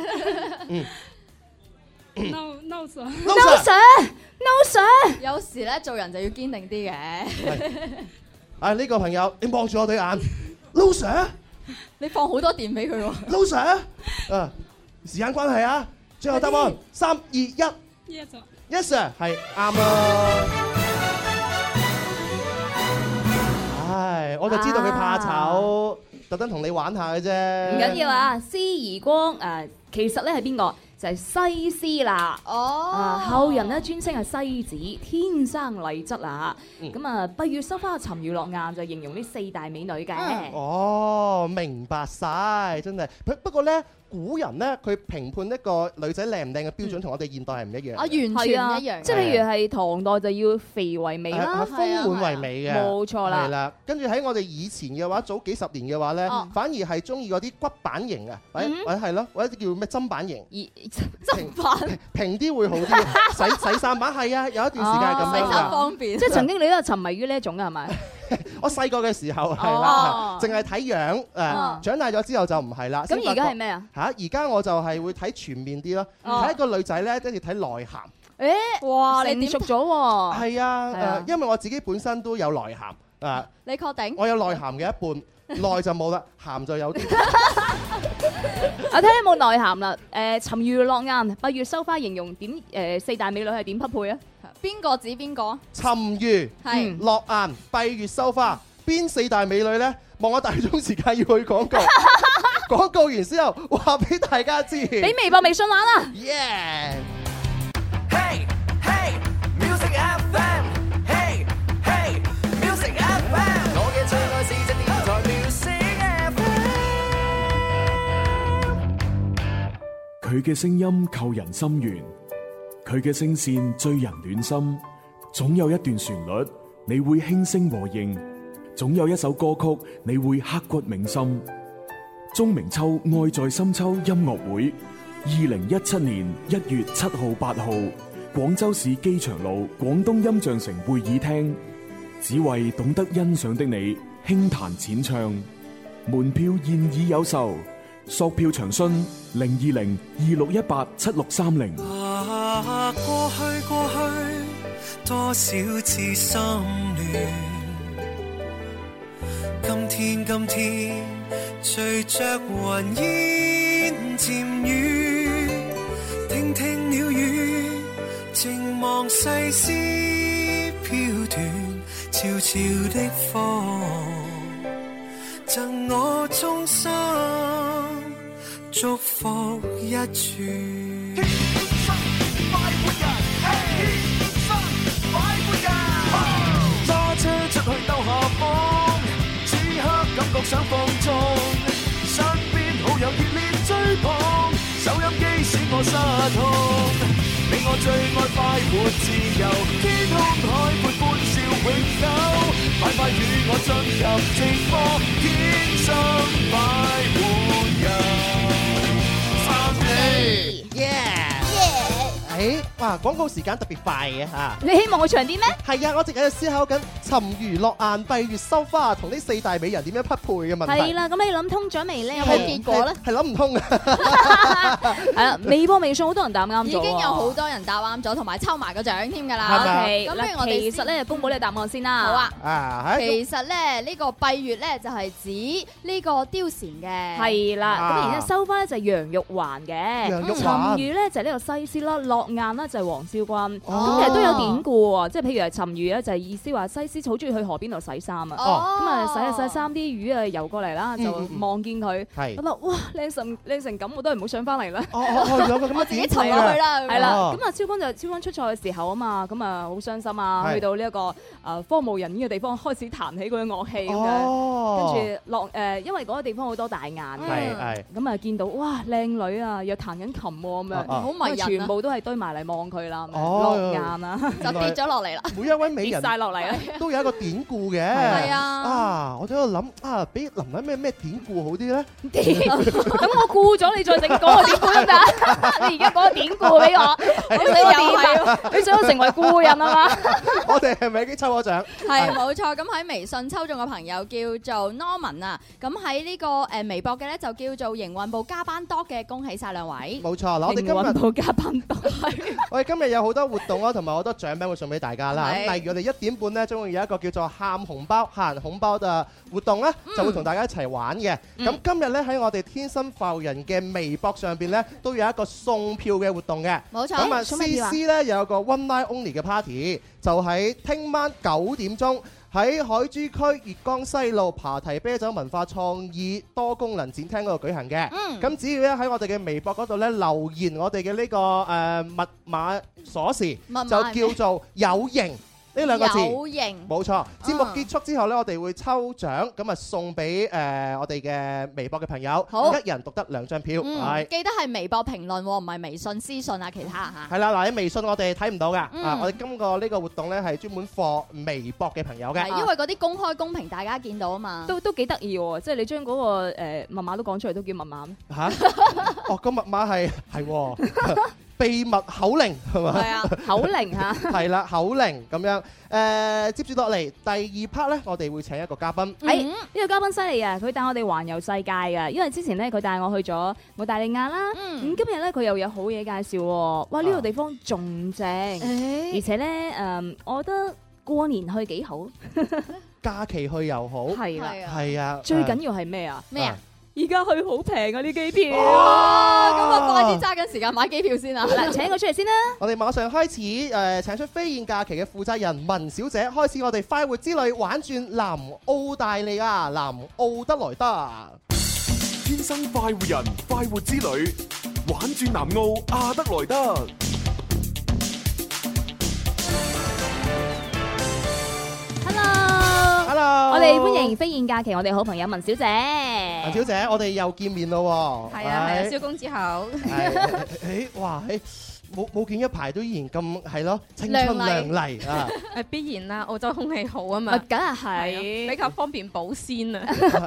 S9: no no sir，
S6: ，no sir。
S7: sir，no sir。
S2: 有時咧做人就要堅定啲嘅，
S6: 啊，呢個朋友，你望住我對眼，no sir。
S2: 你放好多電俾佢喎。
S6: 老 Sir，啊，時間關係啊，最後答案三二一，Yes
S9: Yes，
S6: Sir 係啱啦。唉，我就知道佢怕醜，特登同你玩下嘅啫。
S7: 唔
S6: 唔
S7: 緊要啊，司夷光誒，其實咧係邊個？就係西施啦。啊，
S2: 哦，
S7: 後人咧專稱係西子，天生麗質啦
S6: 嗯
S7: 咁啊，閉月羞花，沉魚落雁就形容呢四大美女嘅。
S6: 哦，明白晒，真係。不不過咧，古人咧佢評判一個女仔靚唔靚嘅標準，同我哋現代係唔一樣嘅。
S2: 我完全唔一
S7: 係啊，
S2: 樣啊
S7: 即。係譬如係唐代就要肥為美啦
S6: 係，係豐滿為美嘅，
S7: 冇錯啦
S6: 係啦，跟住喺我哋以前嘅話，早幾十年嘅話咧
S2: 哦，
S6: 反而係中意嗰啲骨板型啊，或者
S7: 嗯
S6: 或者係咯，或者叫咩砧板型，
S7: 而
S6: 平
S2: 執飯
S6: 平啲會 好啲。洗洗衫板係啊，有一段時間係咁
S2: 洗
S7: 哦
S6: 樣
S2: 衫
S6: 噶。
S2: 方便，
S7: 即係曾經你都係沉迷於呢一種啊嘅係咪？
S6: 我細個嘅時候係啦
S7: 哦，
S6: 淨係睇樣
S7: 哦
S6: 誒，長大咗之後就唔係啦。先
S7: 咁而
S6: 發覺
S7: 家係咩啊？
S6: 嚇？而家我就係會睇全面啲咯，
S7: 哦
S6: 睇一個女仔咧，跟住睇內涵。
S7: 誒，
S2: 哇你
S7: 成
S2: 點
S7: 熟？咗喎，
S6: 係啊，
S7: 係啊
S6: 誒，因為我自己本身都有內涵啊。
S2: 你確定？
S6: 我有內涵嘅 一半，內就冇啦，鹹就有啲。
S7: 我睇你啊冇內涵啦。誒，沉魚落雁，閉月羞花，形容點誒四大美女係點匹配啊？
S2: 邊個指邊個？
S6: 沉魚、
S2: 係
S7: 嗯
S6: 落雁、閉月羞花，邊四大美女呢？望我大鐘時間要去廣告，廣告完之後話俾大家知。
S7: 俾微博、微信玩啦！
S6: Yeah！
S5: Hey, hey, music FM. Hey, hey, music FM. 我嘅最愛是只電台 music FM。
S3: 佢嘅聲音扣人心弦，佢嘅聲線醉人暖心。總有一段旋律你會輕聲和應，總有一首歌曲你會刻骨銘心。鐘明秋愛在深秋音樂會，二零一七年一月七號、八號，廣州市機場路廣東音像城會議廳，只為懂得欣賞的你輕彈淺唱。門票現已有售，索票詳詢零二零二六一八七六三零。
S4: 啊，過去過去，多少次心亂。今天今天，隨着雲煙漸遠，聽聽靜望世事飄斷，悄悄的放，贈我衷心祝福一串。
S5: 揸車出去兜下風，此刻感覺想放縱，身邊好友熱烈追捧，收音機使我失控。你我最愛快活自由，天空海闊歡笑永久，快快與我進入直播，天生快活人。
S6: 誒，哇！廣告時間特別快嘅嚇。
S7: 你希望我長啲咩？
S6: 係啊，我直喺度思考緊「沉魚落雁閉月羞花」同呢四大美人點樣匹配嘅問題。
S7: 係啦，咁你諗通咗未咧？有
S6: 係，
S7: 冇結果咧？
S6: 係係諗唔通嘅。
S7: 係啦，微博、微信好多人答啱咗喎，
S2: 已經有好多人答啱咗，同埋抽埋個獎添㗎
S6: 係
S2: 啦
S6: 咪。啊
S7: OK，嗱
S2: 咁不如我哋
S7: 其實咧，公佈你答案先啦。
S2: 好啊。
S6: 啊，係
S2: 其實咧，呢、個閉月咧就係指呢個貂蟬嘅，
S7: 係啦，
S6: 啊
S7: 咁然之後收花咧就係楊玉環
S6: 楊玉
S7: 嘅，
S6: 環
S7: 沉魚咧就係呢個西施啦，落雁啦就係黃昭君，
S6: 哦
S7: 咁其實都有典故喎，即係譬如係沉魚咧就係意思話西施好中意去河邊度洗衫啊，咁啊洗下洗衫啲魚啊游過嚟啦，就
S6: 哦嗯嗯嗯
S7: 望見佢，
S6: 係。
S7: 咁啊哇靚成靚成咁，我都係唔好上翻嚟啦。
S6: 哦哦哦，有個咁
S2: 我
S6: 嘅
S2: 自己
S6: 典
S2: 沉
S6: 故
S2: 落去
S6: 嘅。
S2: 啦。
S7: 係啦，
S6: 哦
S7: 咁啊，超君就超君出賽嘅時候啊嘛，咁啊好傷心啊，
S6: 係
S7: 去到呢一個誒荒無人煙嘅地方，開始彈起佢嘅樂器咁樣，
S6: 哦，
S7: 跟住落誒，因為嗰個地方好多大雁嘅
S6: 係，係
S7: 咁啊見到哇靚女啊，又彈緊琴喎咁樣，
S6: 哦
S2: 好
S7: 咁啊
S2: 迷人
S7: 全
S2: 啊，
S7: 部都係堆埋嚟望佢啦，咁樣
S6: 哦
S7: 落雁 啊，
S2: 就跌咗落嚟啦。
S6: 每一位美
S7: 跌
S6: 人
S7: 晒落 嚟啦，啊
S6: 都有一個典故嘅。
S7: 係
S2: 啊
S6: 啊，我都喺度諗啊，俾林林咩咩典故好啲咧？
S7: 咁我估咗你再整嗰個典故得唔得啊？ 你而家講個典故俾 我，
S6: 啊
S7: 你想我點啊？你想我成為故人啊嘛？
S6: 我哋係咪已經抽咗獎？
S2: 係冇錯，咁喺微信抽中嘅朋友叫做 Norman 啊，咁喺呢個誒微博嘅咧就叫做營運部加班多嘅，恭喜晒兩位。
S6: 冇錯啦，我哋今
S7: 營運
S6: 日
S7: 到加班多，係
S6: 我哋今日有好多活動啦，同埋好多獎品會送俾大家啦。咁
S2: 係
S6: 例如我哋一點半咧，將會有一個叫做喊紅包、限紅包嘅活動咧，就會同大家一齊玩嘅。咁今日咧喺我哋天生快活人嘅微博上邊咧，都有一個送票嘅活動嘅。
S2: 冇錯
S6: 咁啊
S7: 送咩
S6: ，C
S2: à?
S7: 票啊
S6: C 咧有個 One Night Only 嘅 party，就喺聽晚九點鐘。喺海珠區月江西路琶堤啤酒文化創意多功能展廳嗰度舉行嘅。
S2: 嗯
S6: 咁只要咧喺我哋嘅微博嗰度咧留言我哋嘅呢個誒、呃密碼鎖匙，
S2: 密碼係咩
S6: 就叫做有型呢兩個字。
S2: 有型，
S6: 冇錯，節目結束之後呢，我哋會抽獎，咁啊送俾誒我哋嘅微博嘅朋友，
S2: 好
S6: 一人獨得兩張票，
S2: 嗯
S6: 係，
S2: Ừ, 記得係微博評論喎，唔係微信私信啊，其他嚇。
S6: 係啦，嗱，你微信我哋睇唔到噶，
S2: 嗯
S6: 啊，我哋今個呢個活動呢，係專門放微博嘅朋友嘅，
S2: 係因為嗰啲公開公平，大家見到啊嘛。
S7: 都都幾得意喎！即係你將嗰個誒密碼都講出嚟，都叫密碼咩？
S6: 嚇，哦，個密碼係係喎 秘密口令係嘛？
S2: 係啊，
S7: 口令嚇，
S6: 係啦，口令咁樣。誒、接住落嚟第二 part 呢，我哋會請一個嘉
S2: 嗯
S6: 賓。
S7: 哎呢個嘉賓犀利啊！佢帶我哋環遊世界啊！因為之前咧佢帶我去咗澳大利亞啦，咁
S2: 嗯，
S7: 今日咧佢又有好嘢介紹喎！哇！呢個地方仲正，
S2: 嗯
S7: 而
S2: 誒，
S7: 且咧誒，我覺得過年去幾好，
S6: 假期去又好，
S7: 係啦。
S2: 係啊，
S6: 係啊，
S7: 最
S6: 誒
S7: 緊要係咩啊？
S2: 咩
S6: À.
S2: 啊？
S7: 而家去好平啊！啲機票。
S2: 哇，咁啊，快
S6: 啊
S2: 啲揸緊時間買機票先啊！
S7: 嗱，請我出嚟先啦！
S6: 我哋馬上開始誒、呃、請出飛燕假期嘅負責人文小姐，開始我哋快活之旅，玩轉南澳大利亞，南澳德萊德。
S3: 天生快活人，快活之旅，玩轉南澳阿德萊德。
S6: Hello，
S7: 我哋歡迎飛燕假期，我哋好朋友文小姐。
S6: 文小姐，我哋又見面咯喎。
S10: 係啊係啊，
S6: 係
S10: 蕭公子口，
S6: 係誒誒哇誒！冇冇見一排都依然咁係咯，青春
S2: 靚麗
S6: 靚麗啊！
S10: 誒必然啦，澳洲空氣好啊
S7: 啊
S10: 嘛，
S7: 梗係
S10: 比
S7: 係，
S10: 較方便保鮮啊。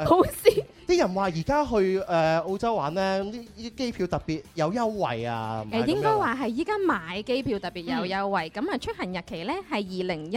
S7: 好先。
S6: 啲人話而家去誒、呃澳洲玩咧，啲啲機票特別有優惠 啊！唔係
S10: 誒
S6: 咁樣
S10: 應該話係依家買機票特別有優惠，咁啊出行日期咧係二零一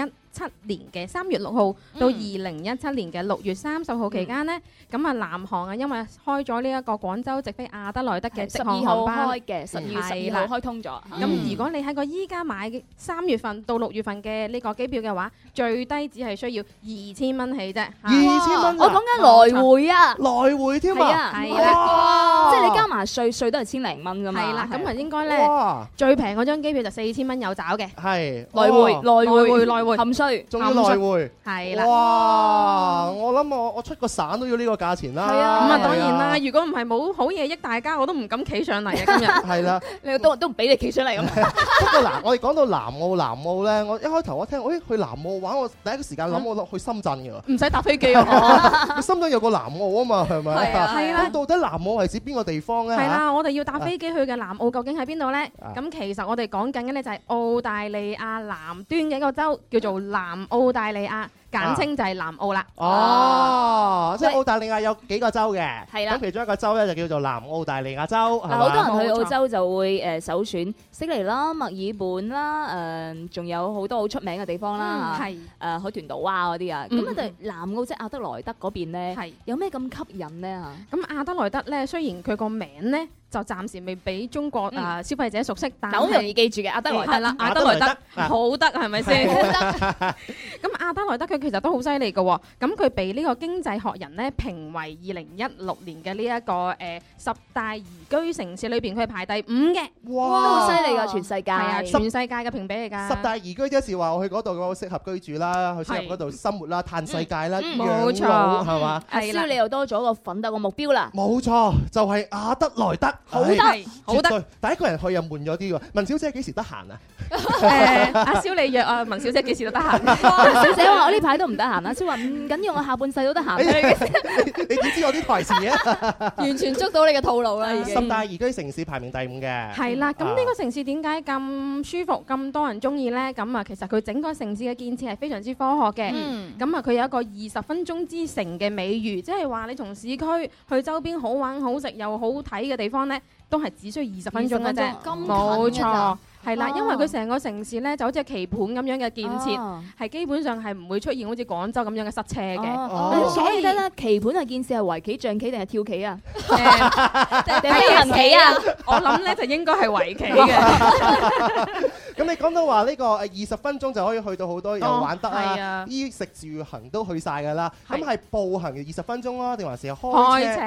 S10: 年嘅三月六號到二零
S7: 嗯
S10: 一七年嘅六月三十號期間呢，咁啊、南航啊，因為開咗呢一個廣州直飛亞德萊德嘅
S7: 十
S10: 直
S7: 二
S10: 航
S7: 號
S10: 航班。
S7: 開嘅，十二月
S10: 係
S7: 十
S10: 啦
S7: 二號開通咗。
S10: 咁、如果你喺個依家買嘅三月份到六月份嘅呢個機票嘅話，最低只係需要二千蚊起啫。嚇
S6: 二千蚊
S7: 我
S6: 啊，
S7: 講緊來回啊，
S6: 來回添
S7: 係
S6: 啊，
S7: 啊，
S10: 係
S7: 係啊
S6: 哇
S7: 即係你加埋税，税都係千零蚊㗎嘛。
S10: 係啦，咁啊應該咧
S6: 哇，
S10: 最平嗰張機票就四千蚊有找嘅，
S6: 係
S7: 來回
S6: 哦
S7: 來
S10: 來
S7: 回
S10: 回來回
S7: 含税。
S6: 仲要來回。
S10: 係啦。
S6: 哇！我諗我我出個省都要呢個價錢啦。
S7: 係啊
S10: 咁啊
S7: 係啊
S10: 當然啦，，如果唔係冇好嘢益大家，我都唔敢企上嚟啊今日。
S6: 係啦。
S7: 你都都唔俾你企出嚟咁。
S6: 不過嗱，我哋講到南澳，南澳咧，我一開頭我聽，誒去南澳玩，我第一個時間諗我落去深圳嘅
S10: 唔使搭飛機啊！
S6: 喎，深圳有個南澳啊嘛，係咪？
S7: 係啊啊係
S10: 啊
S6: 咁到底南澳係指邊個地方咧？
S10: 係啦，我哋要搭飛機去嘅南澳究竟喺邊度呢？
S6: 啊
S10: 咁其實我哋講緊嘅呢，就係澳大利亞南端嘅一個州，叫做南澳大利亞，簡稱就係南澳啦。
S6: 哦，即係
S7: 喂
S6: 澳大利亞有幾個州嘅，
S7: 係啦
S6: 咁其中一個州咧就叫做南澳大利亞州，係
S7: 嗱，好
S6: 嘛？
S7: 多人去
S10: 冇錯
S7: 澳洲就會誒首選悉尼啦、墨爾本啦，誒仲有好多好出名嘅地方啦，
S10: 係
S7: 誒海豚島啊嗰啲啊。
S10: 嗯
S7: 咁啊，對南澳即係亞德萊德嗰邊咧，
S10: 係。
S7: 有咩咁吸引咧嚇？
S10: 咁亞德萊德呢，雖然佢個名呢，就暫時未俾中國
S7: 嗯
S10: 啊消費者熟悉，但
S7: 但好容
S10: 係
S7: 易記住嘅亞德萊
S10: 係
S7: 德。
S10: 啦，
S6: 亞
S10: 亞
S6: 德
S10: 德
S6: 萊
S10: 萊
S6: 德
S10: 德
S6: 啊
S10: 好得係咪先？好得。咁亞德萊德佢其實都好犀利嘅喎，咁佢被呢個經濟學人咧評為二零一六年嘅呢一個誒、呃十大宜居城市裏邊，佢係排第五嘅，
S7: 都
S6: 哇
S7: 好！犀利㗎，全世界。
S10: 係啊，全世界嘅評比嚟㗎。
S6: 十大宜居即是話我去嗰度我適合居住啦，去適合嗰度生活啦、嘆世界啦、
S7: 嗯
S10: 冇
S6: 養
S10: 錯
S6: 老係嘛？
S7: 阿
S10: 係啦
S7: 蕭，你又多咗個奮鬥嘅目標啦。
S6: 冇錯，就係亞德萊德，好
S10: 好得好得。
S6: 第一個人去又悶咗啲喎。文小姐幾時得閒啊？
S10: 誒， 阿蕭你約啊文小姐幾時都得閒？
S7: 小姐話：我呢排都唔得閒啦。蕭話唔緊要，我下半世都得
S6: 哎
S7: 閒。
S6: 呀你你點知我啲台詞 嘅？
S7: 完全捉到你嘅套路啦，已經。
S6: 十大宜居城市排名第五嘅。
S10: 係啦，咁呢個城市點解咁舒服、咁多人中意呢？咁啊，其實佢整個城市嘅建設係非常之科學嘅。
S7: 嗯
S10: 咁啊，佢有一個二十分鐘之城嘅美譽，即係話你從市區去周邊好玩、好食又好睇嘅地方呢，都係只需要二十分鐘嘅啫。冇錯，係啦，
S7: 哦
S10: 因為佢成個城市呢，就好似棋盤咁樣嘅建設，係基本上係唔會出現好似廣州咁樣嘅塞車嘅。
S6: 哦
S7: 所以得啦，棋盤嘅建設係圍棋、象棋定係跳棋 啊？
S10: 誒
S7: 定係飛行棋啊？
S10: 我諗呢，就應該係圍 棋嘅。
S6: 咁你講到話呢個誒二十分鐘就可以去到好多又玩得
S10: 哦係
S6: 啊
S10: 啊，
S6: 衣食住行都去晒㗎啦。咁
S10: 係
S6: 係步行二十分鐘啦，定還是係開車？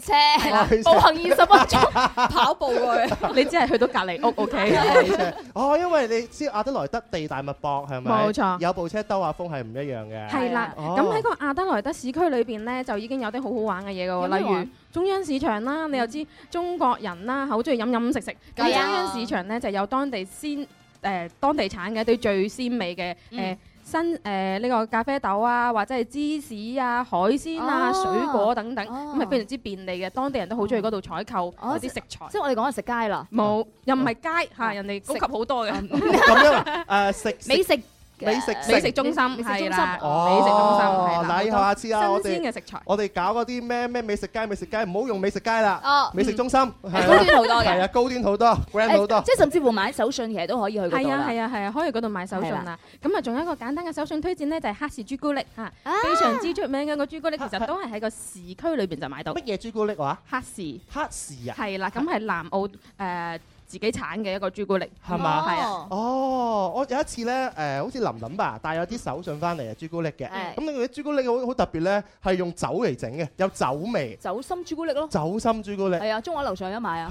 S7: 開車，步行二十分 鐘，跑步去。
S10: 車，你只係去到隔離屋，OK？
S6: 開車哦，因為你知亞德萊德地大物博係咪？
S10: 冇錯
S6: 有部車兜下風係唔一樣嘅。
S10: 係啦，
S6: 哦
S10: 咁喺個亞德萊德市區裏邊呢，就已經有啲好好玩嘅嘢
S7: 有
S10: 嘅
S7: 咩
S10: 喎，例
S7: 玩嗯
S10: 如中央市場啦，你又知中國人啦，好中意飲飲食食。咁中
S7: 係啊
S10: 央市場呢，就有當地鮮誒、呃、當地產嘅一堆最鮮美嘅誒。
S7: 嗯
S10: 新誒呢、個咖啡豆啊，或者係芝士啊、海鮮啊、
S7: 哦
S10: 水果等等，
S7: 哦
S10: 咁係、非常之便利嘅。當地人都好中意嗰度採購嗰啲食材，
S7: 即係我哋講係食哦街啦，
S10: 冇、又唔係街嚇、人哋高級好多嘅
S6: 咁樣啊？誒食
S7: 美食
S10: 美食中心
S7: 美食中
S10: 係
S7: 心
S10: 啦，美食中心係
S6: 哦，
S10: 啦，
S6: 嗱，以後下次啊，
S10: 好
S6: 我
S10: 多新
S6: 哋
S10: 鮮嘅食材。
S6: 我哋搞嗰啲咩咩美食街、美食街，唔好用美食街啦，
S7: 哦，
S6: 美食中心
S7: 高端
S6: 係啦，
S7: 好多
S6: 係
S7: 嘅，
S6: 啊，高端好多，grand 好
S7: 誒。
S6: 多
S7: 即係甚至乎買手信其實都可以去嗰度
S10: 係啊
S7: 啦。
S10: 係啊係啊，可以嗰度買手信
S7: 係
S10: 啊！咁啊，仲有一個簡單嘅手信推薦呢，就係黑士朱古力嚇，
S7: 啊
S10: 非常之出名嘅個朱古力，其實都係喺個市區裏邊就買到
S6: 乜嘢朱古力話？
S10: 黑士，
S6: 黑士啊，
S10: 係啦，咁係南澳誒自己產嘅一個朱古力，
S6: 係嘛？
S10: 係啊，
S7: 啊，
S6: 哦，我有一次咧，誒、好似林林吧，帶咗啲手信翻嚟啊，朱古力嘅。
S7: 係
S6: 咁你嗰啲朱古力好好特別咧，係用酒嚟整嘅，有酒味，
S7: 酒心朱古力咯，
S6: 酒心朱古力
S7: 係啊，中華樓上有買啊。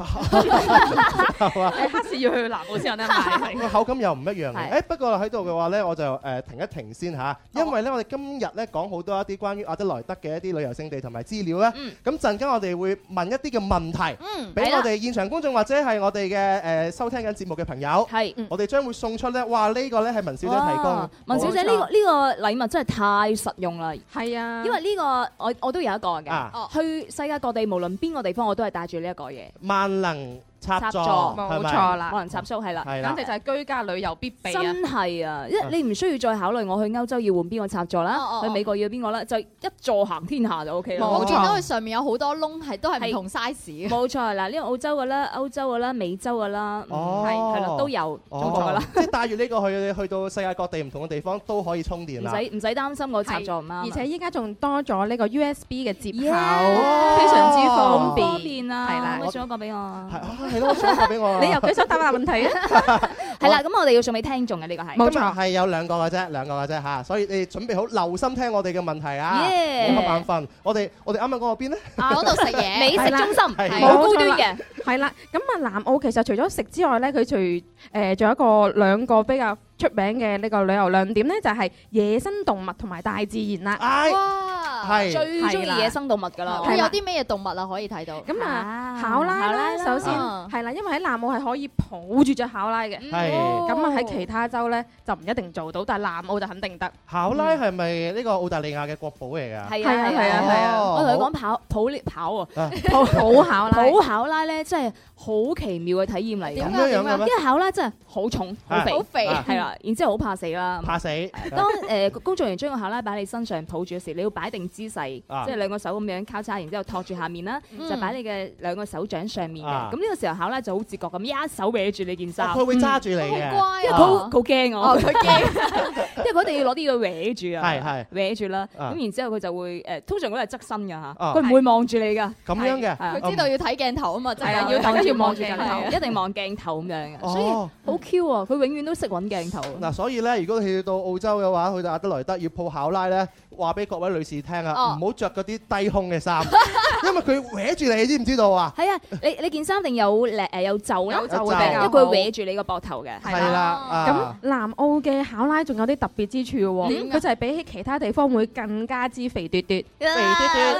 S6: 係嘛？
S10: 誒黑士要去南澳先有得買。
S6: 個口感又唔一樣嘅。誒、
S7: 係
S6: 不過喺度嘅話咧，我就誒、停一停先嚇，因為咧我哋今日咧講好多一啲關於亞德萊德嘅一啲旅遊勝地同埋資料咧
S7: 嗯。
S6: 咁陣間我哋會問一啲嘅問題，
S7: 嗯
S6: 俾我哋現場觀眾或者係我哋嘅誒收聽緊節目嘅朋友，
S7: 係。
S10: 嗯
S6: 我哋將會送出咧，哇！呢、個咧係文小姐提供
S7: 哇
S6: 嘅。
S7: 文小姐呢個呢個禮物真係太實用啦，
S10: 係啊，
S7: 因為呢個我我都有一個嘅
S6: 啊
S7: 哦，去世界各地無論邊個地方我都係帶住呢一個嘢，
S6: 萬能七插
S7: 插
S6: 座
S7: 座
S6: 係
S10: 冇
S6: 咪
S10: 錯啦
S7: 冇，人插蘇係啦，
S6: 係啦
S10: 簡直就係居家旅遊必備啊！
S7: 真係啊！因為你唔需要再考慮我去歐洲要換邊個插座
S11: 哦哦
S7: 啦，
S11: 哦
S7: 去美國要邊個啦，就一座行天下就 O K 啦。
S10: 冇
S11: 我
S10: 錯
S11: 見到佢上面有好多窿，係都係
S7: 係
S11: 唔同 size 嘅。
S7: 冇錯嗱，呢個澳洲嘅啦、歐洲嘅啦、美洲嘅啦，嗯
S6: 哦
S7: 係係啦都有
S6: 哦
S7: 中國嘅啦，
S6: 即係帶住呢個去你去到世界各地唔同嘅地方都可以充電
S7: 唔
S6: 啦。
S7: 使唔使擔心我插座唔啱啊，
S10: 而且依家仲多咗呢個 USB 嘅接口，
S7: Yeah
S10: 非常之方便。
S7: 方便啊，
S10: 係
S7: 可
S10: 啦
S7: 唔可以送一個俾我？
S6: 係啊，係咯，送個俾我啊。
S10: 你又舉手答下問題啊？
S7: 係啦，咁我哋要送俾聽眾嘅呢個係。
S10: 冇
S6: 今日
S10: 錯，
S6: 係有兩個嘅啫，兩個嘅啫嚇，所以你準備好留心聽我哋嘅問題啊。
S7: Yeah
S6: 冇眼瞓，我哋我哋啱啱講到邊咧？
S11: 啊嗰度食 嘢，
S7: 美食中心
S6: 係
S7: 冇高端嘅，
S10: 係啦。咁啊，南澳其實除咗食之外咧，佢除誒仲有一個兩個比較出名嘅呢個旅遊亮點咧，就係野生動物同埋大自然啦。
S6: 唉，
S11: 哇！
S6: 係
S7: 最中意野生動物㗎啦。
S11: 咁有啲咩動物啊可以睇到？
S10: 咁啊，
S7: 啊
S10: 考拉啦，首先
S7: 嗯
S11: 啊
S10: 係啦，因為喺南澳係可以抱住只考拉嘅。
S6: 係
S10: 咁啊喺其他州咧就唔一定做到，但係南澳就肯定得。
S6: 考拉係咪呢個澳大利亞嘅國寶嚟㗎？
S7: 係
S10: 係啊係啊係啊
S6: 哦
S7: 我同佢講跑抱呢跑啊，
S10: 好考拉。
S7: 抱考拉咧真係好奇妙嘅體驗嚟
S11: 點
S7: 㗎
S6: 咁
S11: 解。
S6: 樣
S11: 點
S6: 樣嘅
S11: 解
S6: 咩？
S7: 因為考拉真係好重好肥
S11: 好，肥
S6: 啊
S7: 係啦，然之後好怕死啦。
S6: 怕死。啊
S7: 當誒工作人員將個考拉擺喺你身上抱住嘅時，你要擺定姿勢，
S6: 啊
S7: 即係兩個手咁樣交叉，然之後托住下面啦，
S11: 嗯
S7: 就擺你嘅兩個手掌上面
S6: 啊
S7: 嘅。咁呢個時候考拉就好自覺咁一手搲住你件
S6: 哦
S7: 衫。嗯
S6: 佢會揸住你嘅。
S2: 嗯
S11: 好乖
S7: 因為佢
S11: 啊！
S7: 好好驚我
S11: 哦，，佢驚
S7: 因為佢哋要攞啲嘢搲住啊，
S6: 係係
S7: 搿住啦，
S6: 啊
S7: 咁然之後佢就會誒，通常佢係側身㗎嚇，
S6: 啊
S7: 佢唔會望住你㗎，
S6: 咁樣嘅。嗯
S7: 係
S11: 佢知道要睇鏡頭啊嘛，真
S10: 啊係
S11: 係
S10: 啊
S11: 要
S10: 要大家要望
S7: 望
S10: 住
S7: 住
S10: 鏡
S7: 鏡
S10: 頭嗯
S7: 頭，一定望鏡頭咁樣嘅，所以
S6: 哦，
S7: 好 Q 啊！佢永遠都識揾鏡頭。
S6: 嗱，所以咧，如果你去到澳洲嘅話，去到阿德萊德要抱考拉咧，話俾各位女士聽啊，
S11: 哦
S6: 唔好着嗰啲低胸嘅衫， 因為佢搲住你，知唔知道啊？
S7: 係啊，你你件衫一定有誒誒有袖啦，
S10: 有
S6: 袖
S7: 因
S6: 會
S7: 為
S6: 比較
S10: 好
S7: 佢搲住你個膊頭嘅。
S10: 係
S6: 係啦，啊
S10: 咁南澳嘅考拉仲有啲特別之處嘅
S11: 點
S10: 喎，
S11: 㗎
S10: 佢就係比起其他地方會更加之肥嘟嘟，啊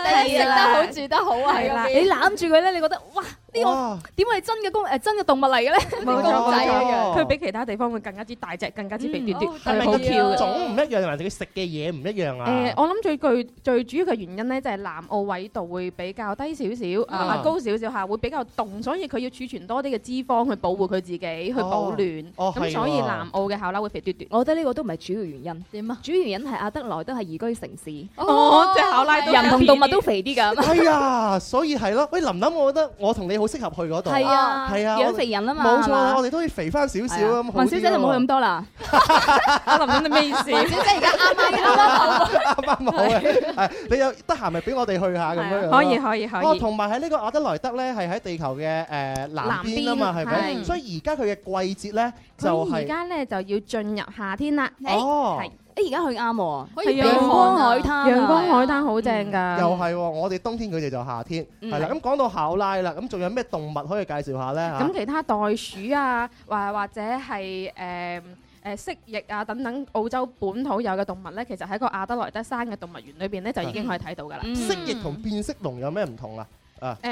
S11: 肥啊嘟嘟，食得好住得好啊！
S10: 係啦
S7: 你攬住佢咧，你覺得哇呢個
S6: 哇
S7: 點會係真嘅公誒真嘅動物嚟嘅咧？
S10: 冇
S11: 公
S10: 錯
S11: 仔一樣
S10: 佢比其他地方會更加之大隻，更加之肥嘟嘟，
S11: 嗯哦
S10: 係好
S11: 特別
S2: 啊
S10: Q 嘅。
S6: 種唔一樣，還是佢食嘅嘢唔一樣
S10: 誒
S6: 啊，？
S10: 我諗最具最主要嘅原因咧，就係南澳緯度會比較低少少，
S11: 嗯
S10: 啊高少少嚇，會比較凍，所以佢要儲存多啲嘅脂肪去保護佢自己，去保
S6: 哦
S10: 暖。
S6: 哦係
S10: 咁所以
S6: 喎
S10: 南澳嘅考拉會肥嘟嘟。
S7: 我覺得呢個都唔係主要原因，
S11: 點啊？
S7: 主要原因係阿德萊德係宜居城市，
S10: 哦隻考拉都
S11: 啊
S7: 人同動物都肥啲㗎。
S6: 哎呀，所以係咯，喂林琳，我覺得我同你好適合去嗰度，
S7: 係啊，
S6: 係啊
S7: 養肥人啊嘛，
S6: 冇錯
S7: 係嘛
S6: 啦，我哋都可以肥翻少少
S7: 係啊
S6: 咁。
S7: 文小姐就冇去咁多啦，
S10: 阿林你咩意思？
S11: 小姐而家啱啱啱啱
S6: 啱啱好嘅， 係你有得閒咪俾我哋去下咁樣樣咯
S10: 啊可以。可以可
S6: 哦，
S10: 以。
S6: 同埋喺呢個亞德萊德咧，係喺地球嘅誒南邊啊嘛，係
S10: 南邊
S6: 咪？
S10: 係
S6: 所以而家佢嘅季節咧就
S10: 咁而
S6: 係
S10: 家咧就要進入夏天啦。
S6: 哦，
S10: 係
S7: 誒而家去啱喎，
S11: 可以避
S10: 係啊
S7: 陽光
S11: 寒啊
S7: 海灘啊，
S10: 陽光海灘好正
S2: 嗯
S10: 㗎。
S6: 又係喎，
S10: 嗯
S6: 我哋冬天佢哋就夏天，
S7: 嗯
S6: 係啦。咁講到考拉啦，咁仲有咩動物可以介紹下咧嚇
S10: 咁？其他袋鼠啊，或或者係誒誒蜥蜴啊等等澳洲本土有嘅動物咧，其實喺個亞德萊德山嘅動物園裏邊咧，就已經可以睇到㗎啦。誒、
S7: 嗯
S6: 蜥蜴同變色龍有咩唔同啊？
S10: 誒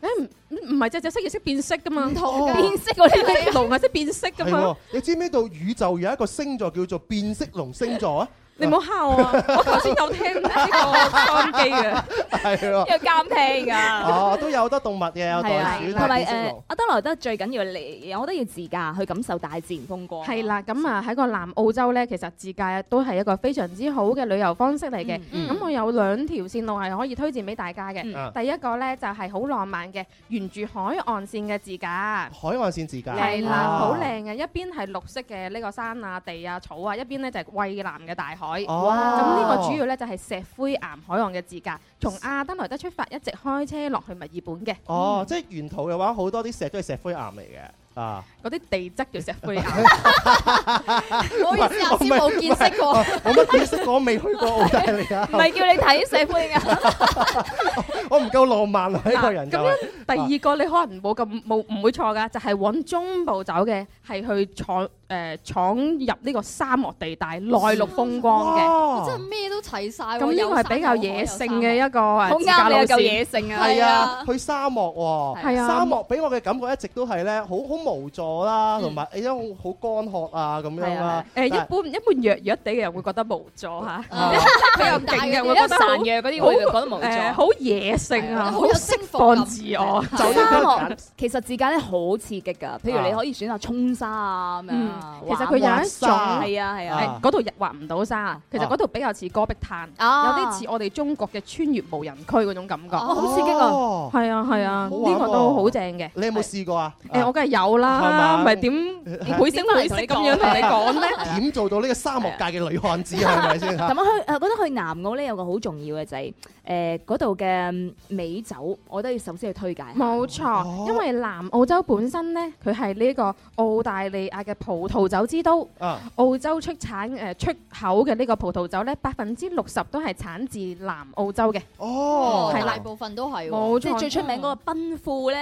S10: 唔唔係隻隻蜥蜴識變色㗎嘛，哦唔
S6: 同㗎
S10: 變色嗰啲蜥龍啊識變色㗎
S6: 係
S10: 嘛
S6: 喎，，你知唔知道宇宙有一個星座叫做變色龍星座啊？
S10: 你唔好嚇我啊！我頭先有聽呢個收音機嘅，
S6: 係
S10: 啊
S6: 喎。
S7: 有監聽㗎。
S6: 哦，都有好多動物嘅，有
S7: 係啊
S6: 袋，鼠，
S7: 同埋
S6: 變色
S7: 誒
S6: 龍。
S7: 阿德萊德最緊要你，我覺得要自駕去感受大自然風光。
S10: 係啦。咁啊喺個南澳洲咧，其實自駕都係一個非常之好嘅旅遊方式嚟嘅。咁、
S7: 嗯
S10: 我有兩條線路係可以推薦俾大家嘅。
S7: 嗯
S6: 啊
S10: 第一個咧就係好浪漫嘅，沿住海岸線嘅自駕。
S6: 海岸線自駕，
S10: 係啦，
S6: 啊
S10: 好靚嘅，一邊係綠色嘅呢個山啊、地啊、草啊，一邊呢就係蔚藍嘅大海。咁
S6: 哦，
S10: 呢個主要呢就係石灰岩海岸 嘅自駕，從亞德萊德出發，一直開車落去墨爾本嘅
S6: 哦，即係沿途嘅話，好多啲石都係石灰岩嚟嘅 啊！
S10: 嗰啲地質叫石灰岩。
S11: 唔好意思啊，先冇見識過。
S6: 我乜見識過，我未去過澳大利
S7: 唔
S6: 亞，
S7: 係叫你睇石灰岩，
S10: 啊
S6: 我唔夠浪漫啊！呢個人
S10: 咁
S6: 就
S10: 樣第二個你可能冇咁冇唔會錯㗎，就係往中部走嘅，係去採誒闖入呢個沙漠地帶內陸風光嘅。哦
S12: 真係咩都齊晒喎。
S10: 咁呢
S12: 有
S10: 個係比較野性嘅一個誒
S12: 好
S10: 自駕
S12: 啱你啊
S10: 路
S12: 夠
S10: 線
S12: 野性啊
S6: 係
S12: 係啊
S6: 啊，去沙漠喎，
S10: 係啊
S6: 沙漠俾我嘅感覺一直都係咧，好好無助啦，同埋因為好乾渴啊咁
S10: 嗯係
S6: 樣
S10: 啊
S6: 啦，。
S10: 誒一
S6: 但係
S10: 般一般弱弱地嘅人會覺得無助嚇，
S6: 啊
S10: 佢又勁嘅會覺得好
S7: 散弱嗰啲會覺得無助
S10: 誒好野性啊，好
S7: 好有
S10: 釋放自我。
S7: 沙漠其實自駕咧好刺激㗎，譬如你可以選擇衝沙啊咁樣啊。
S10: 嗯其實佢有一種
S7: 係啊係啊，
S10: 誒嗰度日畫唔到沙，其實嗰度比較似戈壁灘，有
S7: 啊
S10: 啲似我哋中國嘅穿越無人區嗰種感覺。
S7: 哇好刺激啊
S6: 哦
S10: 係啊係啊，
S6: 好玩
S10: 呢
S6: 喎
S10: 個都好正嘅。
S6: 你有冇試過啊？
S10: 誒，我梗係有啦，
S6: 係嘛
S10: 咪點啊倍聲倍色咁樣同你講 咧？
S6: 點做到呢個沙漠界嘅女漢子啊係咪 先
S7: 同埋去誒覺得去南澳咧有個好重要嘅就係誒嗰度嘅美酒，我都要首先去推介下。
S10: 冇錯，因為南澳洲本身呢，佢係呢個澳大利亞嘅葡萄酒之都。
S6: 啊
S10: 澳洲出產誒、呃出口嘅呢個葡萄酒呢，百分之六十都係產自南澳洲嘅，
S6: 哦
S10: 係啦
S12: 大部分都係喎。
S10: 冇錯
S12: 即係最出名嗰個奔富咧。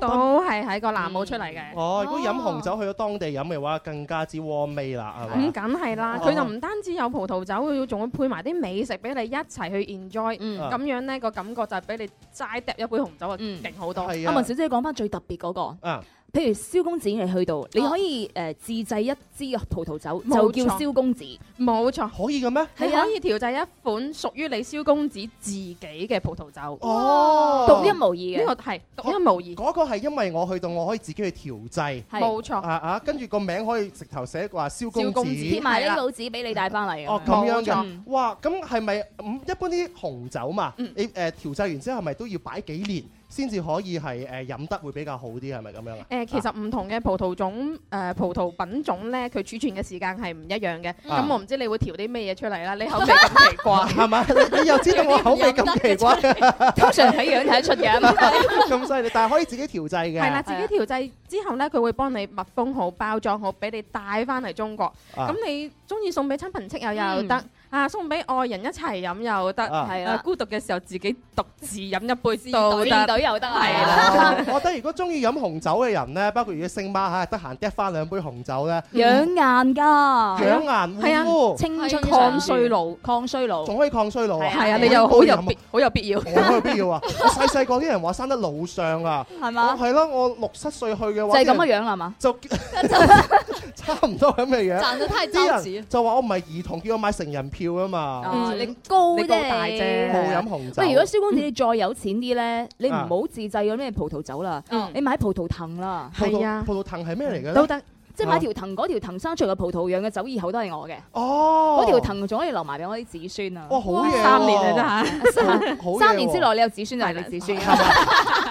S10: 都係喺個南澳出嚟嘅。
S6: 哦，如果飲紅酒去咗當地飲嘅話，更加之 warm 味啦，係
S10: 咁
S6: 嘛？
S10: 梗係啦，
S6: 哦
S10: 佢就唔單止有葡萄酒，佢仲會配埋啲美食俾你一齊去 enjoy，
S7: 嗯
S10: 咁樣呢個感覺就係俾你齋嗒一杯紅酒啊，
S7: 嗯
S10: 勁好多。
S6: 係
S7: 阿
S6: 啊
S7: 文，小姐講翻最特別嗰個。
S6: 啊，
S7: 譬如蕭公子你去到，你可以誒自製一支葡萄酒，
S10: 冇
S7: 就
S10: 錯
S7: 叫蕭公子。
S10: 冇錯，
S6: 可以嘅咩？
S10: 你
S7: 係啊
S10: 可以調製一款屬於你蕭公子自己嘅葡萄酒。
S6: 哦，
S7: 獨一無二嘅。
S10: 呢個係獨一無
S6: 嗰個係因為我去到，我可以自己去調製。
S10: 二，
S7: 係
S10: 冇錯
S6: 啊。啊！跟住個名可以直頭寫話蕭公
S10: 哦蕭公
S6: 子啊
S10: 子
S7: 貼埋呢個紙俾你帶翻嚟
S6: 哦
S7: 啊！
S6: 咁樣
S10: 冇錯
S6: 㗎，哇！咁係咪嗯一般啲紅酒嘛？
S10: 嗯
S6: 你誒調製完之後，係咪都要擺幾年先至可以係誒飲得會比較好啲？係咪咁樣啊
S10: 誒、？其實唔同嘅葡萄種誒、葡萄品種咧，佢儲存嘅時間係唔一樣嘅。咁、
S6: 嗯。
S10: 我唔知你會調啲咩嘢出嚟啦，你口味咁奇怪
S6: 係嘛？你你又知道我口 味咁奇怪，
S7: 通常睇樣睇得出嘅。
S6: 咁犀利，但係可以自己調製嘅。
S10: 係啦，自己調製之後咧，佢會幫你密封好、包裝好，俾你帶翻嚟中國。
S6: 啊，
S10: 咁、你中意送俾親朋戚友又得，啊送俾愛人一齊飲又得，
S6: 啊
S10: 係
S7: 係啦
S10: 孤獨嘅時候自己獨自飲一杯都
S12: 隊
S10: 得。
S12: 隊又得
S10: 係
S12: 係
S10: 啦
S6: 哦我覺得如果中意飲紅酒嘅人咧，包括如果星媽嚇，得閒嗒翻兩杯紅酒咧，
S7: 養顏㗎，
S6: 養顏
S10: 係啊
S6: 護膚，
S7: 青春
S10: 抗
S7: 常駐
S10: 衰老，
S7: 抗衰老。
S6: 仲可以抗衰老啊！
S10: 係
S7: 係
S10: 啊，你
S6: 我
S10: 又
S6: 應
S10: 好
S6: 該
S10: 有
S6: 飲啊
S10: 必好有必要。
S6: 我好有必要 啊！我細細個啲人話生得老相啊，
S7: 係
S6: 我
S7: 嘛？
S6: 係咯，我六七歲去嘅
S7: 就
S6: 話，
S7: 係咁啊
S6: 啲
S7: 嘅
S6: 人
S7: 樣啦嘛。
S6: 就 差唔多咁嘅樣。
S12: 賺得太周
S6: 啲
S12: 子
S6: 人。就話我唔係兒童，叫我買成人票啊嘛，
S7: 哦啊
S10: 嗯
S7: 你高
S10: 你高大
S7: 啫
S10: 啫
S6: 冇飲紅酒。
S7: 喂，如果蕭公子你再有錢啲咧，你唔
S6: 啊
S7: 好自製嗰啲咩葡萄酒啦，
S10: 嗯
S7: 你買葡萄藤啦，
S6: 葡
S10: 係啊
S6: 萄葡萄藤係咩嚟嘅
S10: 都
S6: 咧？
S10: 得。
S7: 即係
S6: 啊
S7: 買條藤，嗰條藤生出嚟嘅葡萄釀嘅酒，以後都係我嘅。
S6: 哦，
S7: 嗰條藤仲可以留埋俾我啲子孫啊！
S6: 哇，好嘢喎！
S10: 三年啊，真係。
S6: 好嘢喎
S7: 三年之內你有子孫就係你子孫。啊
S6: 係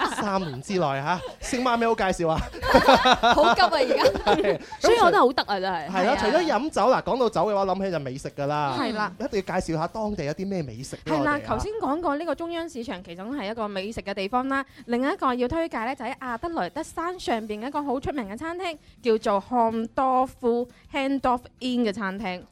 S6: 嘛三年之內嚇，星媽有咩好介紹 啊？
S12: 好急啊！而家
S7: 所以我覺得好得啊，真係。
S6: 係啦，
S12: 啊
S6: 除咗飲酒嗱，講到酒嘅話，諗起就美食㗎啦。
S10: 係啦
S6: 一定要介紹下當地有啲咩美食俾
S10: 係
S6: 我哋
S10: 啦，
S6: 啊。
S10: 頭先講過呢個中央市場其中係一個美食嘅地方啦。另一個要推介呢，就喺亞德萊德山上邊一個好出名嘅餐廳，叫做漢多夫 （Handorf Inn） 嘅餐廳。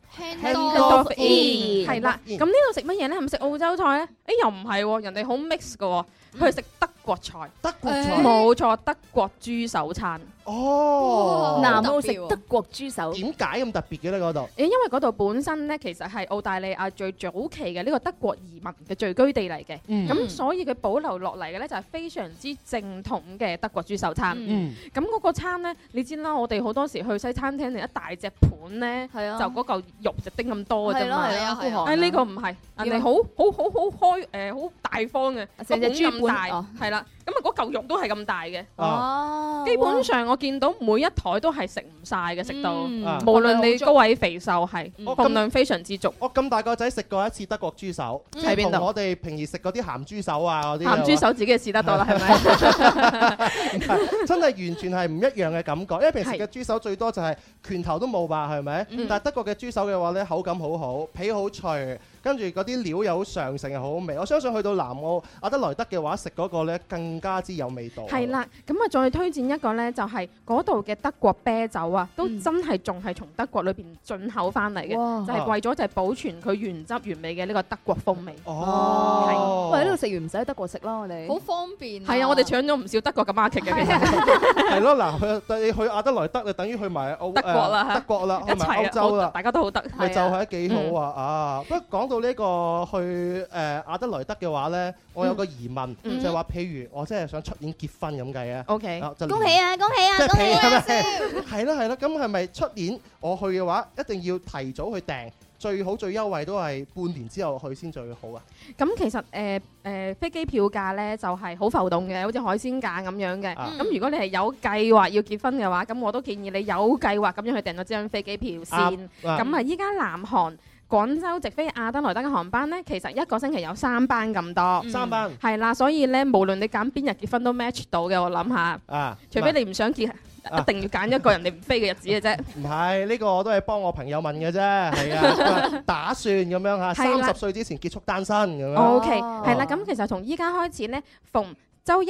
S12: Handoff
S6: Inn
S10: 係啦，
S6: Handorf Inn
S10: 咁呢度食乜嘢呢？係咪食澳洲菜呢？誒又唔係喎，人哋好 mix 嘅喎，佢係食德國菜。
S6: 德國
S12: 誒
S6: 菜
S10: 冇錯，德國豬手餐。
S6: 哦，
S7: 南
S12: 好
S7: 澳
S12: 特
S7: 食
S12: 別喎
S7: 德國豬手，
S6: 點解咁特別嘅咧？嗰度
S10: 誒，因為嗰度本身呢，其實係澳大利亞最早期嘅呢個德國移民嘅聚居地嚟嘅。
S6: 嗯
S10: 咁所以佢保留落嚟嘅咧就係非常之正統嘅德國豬手餐。
S6: 嗯
S10: 咁嗰個餐咧，你知啦，我哋好多時去西餐廳，你一大隻盤咧，
S7: 係啊
S10: 就嗰嚿肉就叮咁多嘅
S7: 係
S10: 啫
S7: 咯
S10: 嘛。
S12: 係
S7: 係
S12: 啊
S7: 啊，孤
S12: 係啊
S7: 寒。
S10: 誒呢個唔係，人哋好好好好開誒好大方嘅，
S7: 成隻
S10: 個盤
S7: 豬
S10: 咁
S7: 盤
S10: 大，
S7: 哦
S10: 係啦。咁啊嗰嚿肉都係咁大嘅，
S6: 啊
S7: 哦，
S10: 基本上我見到每一台都係食唔晒嘅，食到
S6: 啊
S10: 嗯無論你高位肥瘦係
S6: 哦咁
S10: 份嗯量非常之足。
S6: 我哦咁大個仔食過一次德國豬手，即
S10: 喺邊
S6: 係
S10: 度
S6: 同我哋平時食嗰啲鹹豬手啊嗰啲
S10: 鹹豬手自己試得到啦，係咪？
S6: 真係完全係唔一樣嘅感覺，因為平時
S10: 係
S6: 嘅豬手最多就係拳頭都冇吧，係咪？
S10: 嗯
S6: 但係德國嘅豬手嘅話呢，口感好好，皮好脆，跟住嗰啲料又好上乘，又好好味。我相信去到南澳阿德萊德嘅話，食嗰個呢更更加之有味道。
S10: 係啦，咁啊再推薦一個呢，就係嗰度嘅德國啤酒啊，都
S2: 嗯
S10: 真係仲係從德國裏邊進口翻嚟嘅，
S6: 哇
S10: 就係為咗就係保存佢原汁原味嘅呢個德國風味。
S6: 哦
S11: 喂，呢度食完唔使喺德國食啦，我哋
S12: 好方便
S10: 係啊，我哋搶咗唔少德國嘅 market 嘅，其實
S6: 係咯，嗱，去你去阿德萊德就等於去埋歐
S10: 德國啦
S6: 誒德國啦，
S10: 一
S6: 去埋
S10: 齊啊
S6: 歐洲啦，
S10: 大家都好
S2: 啊
S10: 得。
S6: 咪就係幾
S2: 嗯
S6: 好啊！啊，不過講到呢個去誒阿德萊德嘅話咧，我有個疑問，
S2: 嗯
S6: 就係話譬如我真係想出年結婚咁計啊
S10: OK，
S6: 啊就
S2: 恭喜啊，恭喜啊，
S6: 即係
S2: 恭喜
S6: 譬如 咁
S2: 啊！
S6: 樣係啦係啦，咁係咪出年我去嘅話，一定要提早去訂，最好最優惠都係半年之後去先最好啊！
S10: 咁其實誒誒飛機票價咧就係好浮動嘅，好似海鮮價咁樣嘅。
S6: 啊
S10: 咁如果你係有計劃要結婚嘅話，咁我都建議你有計劃咁樣去訂咗張飛機票先
S6: 啱。啱
S10: 咁啊，依家南韓。廣州直飛亞德萊德嘅航班呢，其實一個星期有三班咁多，
S6: 三班
S10: 係啦，所以呢，無論你揀邊日結婚都 match 到嘅，我諗下，
S6: 啊，
S10: 除非你唔想結，
S6: 啊
S10: 一定要揀一個人哋唔飛嘅日子嘅啫。
S6: 唔係呢個，我都係幫我朋友問嘅啫，係 啊，打算咁樣嚇，
S10: 係啦
S6: 三十歲之前結束單身咁樣。
S2: 哦
S10: O K，係
S12: 啊
S10: 啦，咁其實從依家開始呢，逢周一、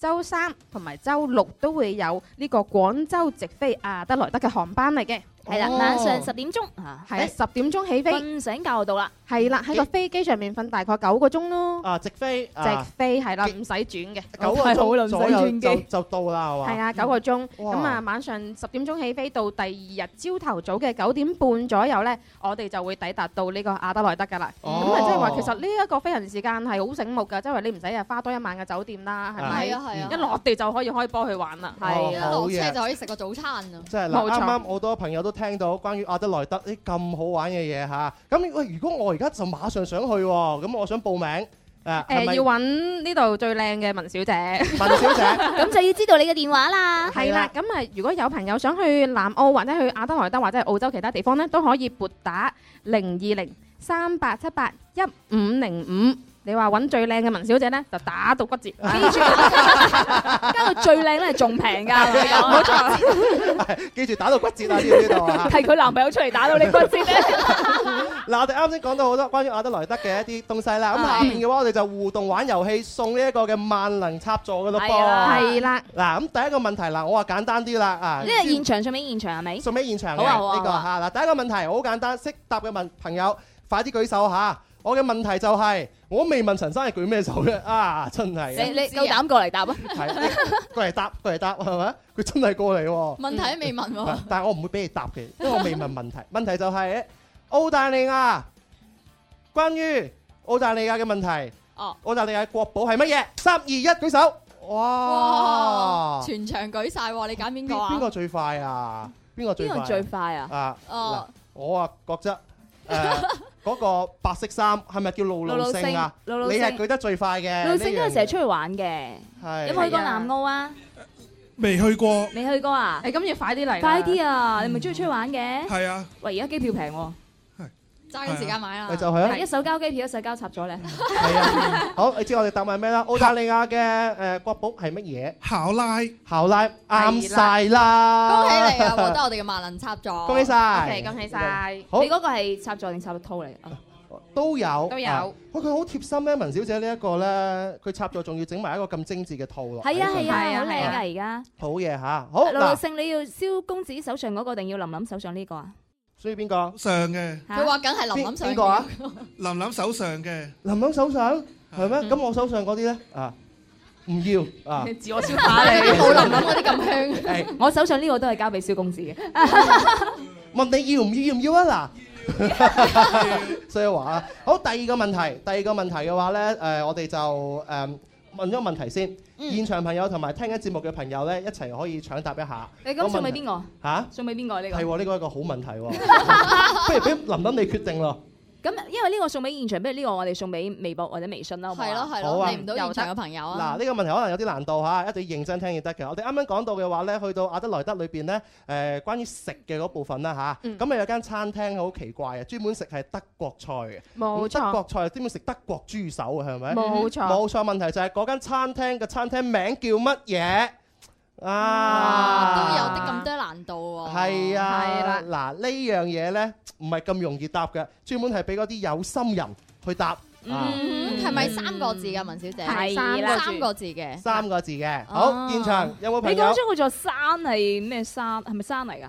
S10: 周三同埋周六都會有呢個廣州直飛亞德萊德嘅航班嚟嘅，
S2: 係啦，晚上十點鐘啊，
S10: 係啊，十點鐘起飛，
S2: 瞓醒覺到啦。
S10: 係啦，喺個飛機上面瞓大概九個鐘咯，
S6: 啊，直飛
S10: 直
S6: 啊，
S10: 飛係啦，唔使轉嘅，
S6: 九個鐘左右就就到啦，係嘛？
S10: 係啊，九個鐘，
S6: 哇
S10: 咁啊晚上十點鐘起飛，到第二日朝頭早嘅九點半左右呢，我哋就會抵達到呢個亞德萊德㗎啦。咁
S6: 哦
S10: 啊，即係話其實呢一個飛行時間係好醒目㗎，即係話你唔使日花多一晚嘅酒店啦，係咪？
S12: 係啊係啊
S10: 一落地就可以開波去玩啦。
S6: 係啊好
S12: 落車
S6: 嘢
S12: 就可以食個早餐啊！
S6: 即係
S10: 冇
S6: 嗱，
S10: 錯
S6: 啱啱好多朋友都聽到關於阿德萊德啲咁好玩嘅嘢嚇。咁喂，如果我而家就馬上想去喎，咁我想報名誒，係
S10: 誒
S6: 咪
S10: 要揾呢度最靚嘅文小姐。
S6: 文 小姐
S2: 咁就要知道你嘅電話啦。
S10: 係啦，咁啊，如果有朋友想去南澳或者去亞德萊德或者係澳洲其他地方呢，都可以撥打零二零三八七八一五零五。你話揾最靚嘅文小姐呢，就打到骨折。記住，
S11: 加到最靚咧，仲平㗎，
S10: 冇錯，
S6: 記住打到骨折啊，知唔知道 啊？
S11: 係佢男朋友出嚟打到你骨折咧。
S6: 嗱，我哋啱先講到好多關於阿德萊德嘅一啲東西啦。咁
S11: 係
S6: 下面嘅話，我哋就互動玩遊戲，送呢一個嘅萬能插座嘅咯
S2: 係啊
S6: 噃。
S10: 係啦，
S6: 嗱，咁第一個問題嗱，我話簡單啲啦啊。
S2: 呢個現場上面現場係咪？
S6: 送俾現場嘅
S2: 好啊好啊
S6: 呢個
S2: 好
S6: 嚇嗱，第一個問題好簡單，識答嘅問朋友快啲舉手嚇。我嘅問題就係我未問陳生係舉咩手嘅啊，真 係
S11: 你
S6: 嘅
S11: 你夠膽過嚟答啊？
S6: 係你過嚟答過嚟答係咪？佢真係過嚟喎，
S12: 問題都未
S11: 哦
S12: 問喎，
S6: 但係我唔會俾你答嘅，因為我未問問題。 問題就係澳大利亞關於澳大利亞嘅問題，
S12: 哦，
S6: 澳大利亞國寶係乜嘢？三二一，舉手！哇
S10: 哦
S12: 哇！！全場舉晒喎，你揀邊
S6: 邊
S12: 個
S6: 邊
S12: 啊？
S6: 個最快啊？邊個最
S11: 邊
S6: 快
S11: 個
S6: 啊？
S11: 最快啊？
S6: 啊，嗱
S12: 哦，
S6: 我啊覺得誒 嗰個白色衫係咪叫露露星啊？
S11: 露露
S6: 你
S11: 星，
S6: 係舉得最快嘅。
S11: 露露星都係成日出
S6: 出
S11: 去玩嘅。
S6: 係
S11: 有冇去過南澳啊？
S13: 未去過，
S11: 未去過啊？
S10: 你咁要快啲嚟啦，
S11: 快啲啊！你咪中意出去玩嘅？
S13: 係啊，
S11: 喂，而家機票平喎，
S12: 揸緊時間買啦
S6: 咪！就係啊
S11: 係一手交機票，一手交插咗咧。
S6: 係 啊！好，你知我哋答埋咩啦？澳大利亞嘅誒國寶係乜嘢？
S13: 考拉
S6: 考拉啱晒啦！
S12: 恭喜你啊，獲得我哋嘅萬能插座。
S6: 恭喜晒！
S10: OK，恭 喜！晒。
S6: 好
S11: 你嗰個係插座定插套嚟？哦
S6: 都有
S10: 都有
S6: 啊喂，佢好貼心咧，文小姐呢一個咧，佢插咗仲要整埋一個咁精緻嘅套落。
S11: 係啊係
S10: 係啊
S11: 啊，好
S10: 係啊
S11: 靚㗎而家。
S6: 好嘢嚇！好
S11: 露露
S6: 嗱，
S11: 星，你要蕭公子手上嗰個定要林琳手上呢個啊？
S6: 需要邊個？
S13: 上嘅，
S11: 嚇
S12: 佢話梗係林
S6: 邊
S12: 林上
S6: 邊個啊？
S13: 琳琳手上嘅，
S6: 林琳手上係咩？咁我手上嗰啲咧啊，唔要啊！
S10: 自我消化你。
S12: 冇林林嗰 啲咁香。
S6: 誒。
S11: 我手上呢個都係交俾蕭公子嘅。
S6: 問你要唔要要唔要啊嗱， 所以話啊，好第二個問題，第二個問題嘅話呢，誒、我哋就誒、問咗個問題先，
S11: 嗯
S6: 現場朋友同埋聽緊節目嘅朋友呢，一齊可以搶答一下
S11: 你咁送俾邊個？
S6: 嚇，
S11: 送俾邊個呢
S6: 啊係
S11: 個？
S6: 喎呢個係一個好問題 喎，不如俾琳琳你決定咯，
S11: 咁因為呢個送俾現場，不如呢個我哋送俾微博或者微信啦，好唔好啊
S12: 係咯係
S6: 好
S12: 咯，
S6: 啊
S12: 嚟唔到現場嘅朋友
S6: 嗱
S2: 哦
S12: 啊
S6: 呢、。個問題可能有啲難度嚇，一定要認真聽至得嘅。我哋啱啱講到嘅話呢，去到阿德萊德裏邊呢，誒、關於食嘅嗰部分啦吓，
S10: 嗯
S6: 咁、啊、有間餐廳好奇怪嘅，啊專門食係德國菜嘅，
S10: 冇
S6: 德
S10: 錯，
S6: 國菜專門食德國豬手嘅係咪？
S10: 冇錯。
S6: 冇錯，問題就係嗰間餐廳嘅餐廳名叫乜嘢
S12: 都
S6: 啊？
S12: 有啲咁多難度喎。
S6: 係啊，
S10: 係
S6: 嗱呢樣嘢呢，唔係咁容易答嘅，專門係俾嗰啲有心人去答。啊
S2: 嗯，係咪三個字㗎，文小姐？
S10: 啊
S6: 係
S2: 三
S6: 啦
S2: 三個字嘅。
S6: 三個字嘅。好，現場有冇朋
S11: 你
S6: 友
S11: 講咗嗰座山係咩山？係咪山嚟㗎？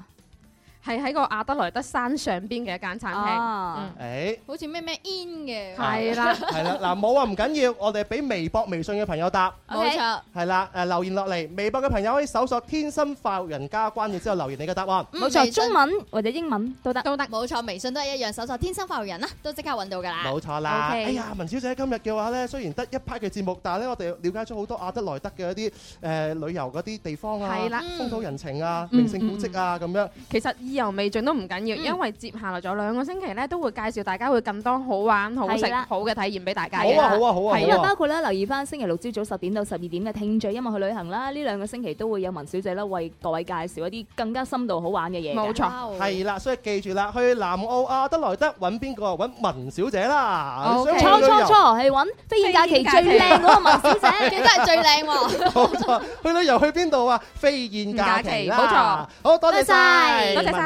S10: 係喺個亞德萊德山上邊嘅一間餐廳。
S11: 啊
S10: 嗯
S6: 誒，
S2: 好似咩咩 in 嘅。
S10: 係啦
S6: 係啦，嗱冇啊唔緊要，我哋俾微博、微信嘅朋友答。
S2: 冇
S10: 嗯
S2: 錯。
S6: 係啦，誒留言落嚟，微博嘅朋友可以搜索「天生快活人家」，關注之後留言你嘅答案。
S11: 冇錯，中文或者英文都得。
S10: 都得。
S2: 冇錯，微信都係一樣，搜索天生快活人啦，都即刻揾到㗎
S10: 啊
S2: 啦。
S6: 冇錯啦。
S2: OK
S6: 哎呀，文小姐今日嘅話呢，雖然得一 part 嘅節目，但係呢，我哋了解咗好多亞德萊德嘅一啲誒旅遊嗰啲地方啊
S10: 係啦，
S6: 風土人情啊，
S10: 嗯
S6: 名勝古蹟啊咁樣。
S10: 其實意猶未盡都唔緊要，因為接下來仲有兩個星期咧，都會介紹大家會更多好玩、好食
S11: 係啦、
S10: 好嘅體驗俾大家嘅。
S11: 係
S10: 係
S11: 咁啊，包括咧留意翻星期六朝早十點到十二點嘅聽聚音樂去旅行啦。呢兩個星期都會有文小姐咧為各位介紹一啲更加深度好玩嘅嘢㗎。
S6: 係啦，所以記住啦，去南澳亞德萊德揾邊個？揾文小姐啦。
S11: 錯
S6: 想去
S11: 錯
S6: 旅遊
S11: 錯，係揾飛燕假期最靚嗰個文小姐，
S2: 記得係最靚喎。
S6: 冇錯，去旅遊去邊度啊？飛燕假期
S10: 假期冇
S6: 啦
S10: 錯，
S6: 好多謝晒，
S10: 多謝晒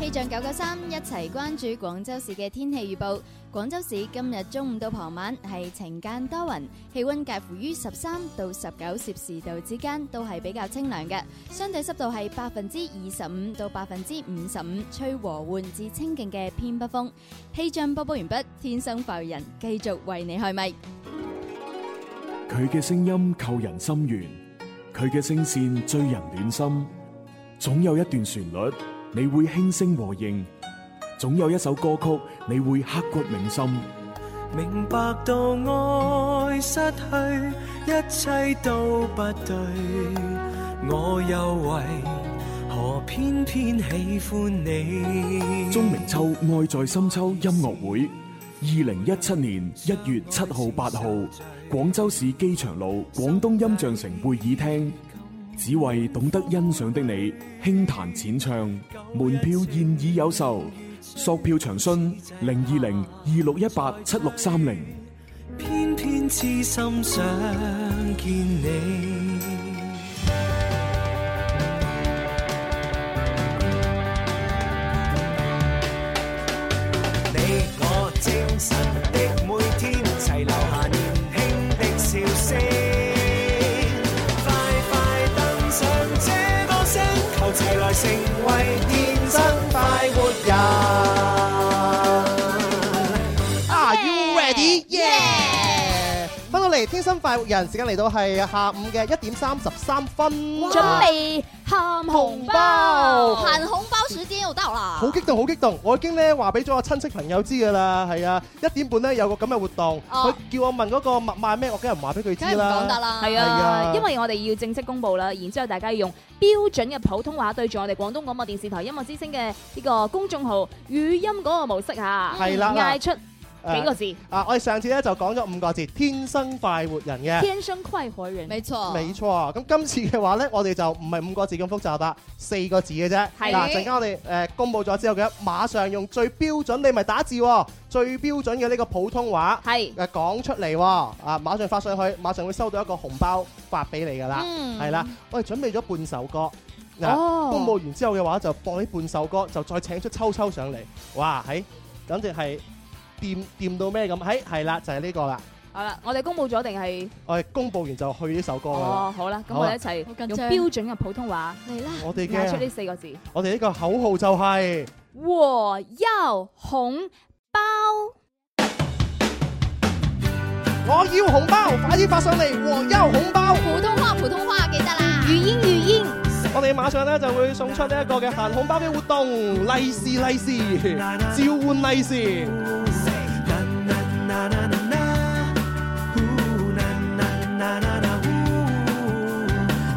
S2: 氣象九九三一齊關注廣州市嘅天氣預報。廣州市今日中午到傍晚係晴間多雲，氣温介乎於十三到十九攝氏度之間，都係比較清涼嘅。相對濕度係百分之二十五到百分之五十五，吹和緩至清勁嘅偏北風。氣象播報完畢，天生快活人繼續為你開咪。
S3: 佢嘅聲音扣人心弦，佢嘅聲線醉人暖心。總有一段旋律你會輕聲和應，總有一首歌曲你會刻骨銘心。
S4: 明白到愛失去，一切都不對，我又為何偏偏喜歡你？
S3: 鍾明秋愛在深秋音樂會，二零一七年一月七號、八號，廣州市機場路廣東音像城會議廳，只為懂得欣賞的你輕彈淺唱，門票現已有售，索票詳詢零二零二六一八七六三零。
S4: 偏偏痴心想見你。
S5: 你我精神的每天，齊留下年輕的笑聲。快快登上這歌聲，求齊來成為天生快活人。
S6: Are you ready? Yeah！翻到嚟天生快活人，時間嚟到係下午嘅一點三十三分，準
S2: 備喊 紅
S6: 包
S2: 喊紅包時間又到啦！
S6: 好激動，好激動！我已經咧話俾咗我親戚朋友知㗎啦，係啊，一點半咧有個咁嘅活動，佢
S11: 哦
S6: 叫我問嗰個麥賣咩，我梗係唔話俾佢知啦。
S11: 係啊，因為我哋要正式公布啦，然之後大家要用標準嘅普通話對住我哋廣東廣播電視台音樂之聲嘅呢個公眾號語音嗰個模式嚇，嗯
S6: 係啦啊
S11: 嗌出
S6: 誒
S11: 幾個字，
S6: 啊，我哋上次咧就講咗五個字，天生快活人嘅。
S11: 天生快活人，
S2: 沒錯
S6: 冇錯，啊咁今次嘅話呢，我哋就唔係五個字咁複雜啦，四個字嘅啫。
S11: 係
S6: 嗱，陣間我哋誒公佈咗之後嘅，馬上用最標準，你咪打字喎，最標準嘅呢個普通話
S11: 係
S6: 誒講出嚟喎，啊，馬上發上去，馬上會收到一個紅包發俾你㗎啦，
S11: 嗯
S6: 係啦，我哋準備咗半首歌。嗱，
S11: 哦
S6: 啊公佈完之後嘅話，就播呢半首歌，就再請出秋秋上嚟，哇，喺，簡直係掂掂到咩咁，喺，係啦，就係呢個啦，
S11: 好啦，我哋公佈咗定係
S6: 我哋公佈完就去呢首歌㗎啦。
S11: 哦好啦，咁我哋一齊
S6: 好
S11: 用
S6: 緊張
S11: 標準嘅普通話
S2: 嚟啦
S6: 我哋嘅
S11: 嗌出呢四個字，
S6: 我哋呢個口號就係、
S11: 和優恐包，
S6: 我要紅包，快啲發上嚟！和優紅包，
S2: 普通話普通話記得啦。
S11: 語音語音，
S6: 我哋馬上咧就會送出呢一個嘅限紅包嘅活動，利是利是，召喚利是。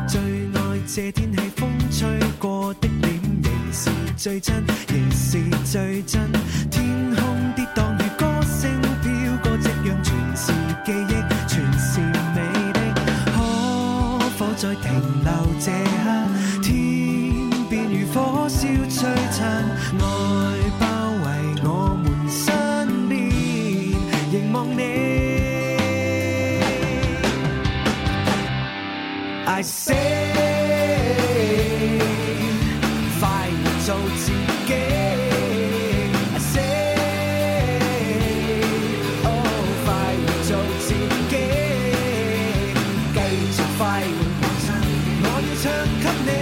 S4: 最愛這天氣風吹過的臉，仍是最真，仍是最真。天空跌宕如歌聲飄過，夕陽全是記憶，全是美的。可否再停留這刻？天邊如火燒璀璨，愛包圍我們身。
S5: I say，快活做自己。I say，哦，"Oh, 快活做自己，繼續快活，我要唱給你，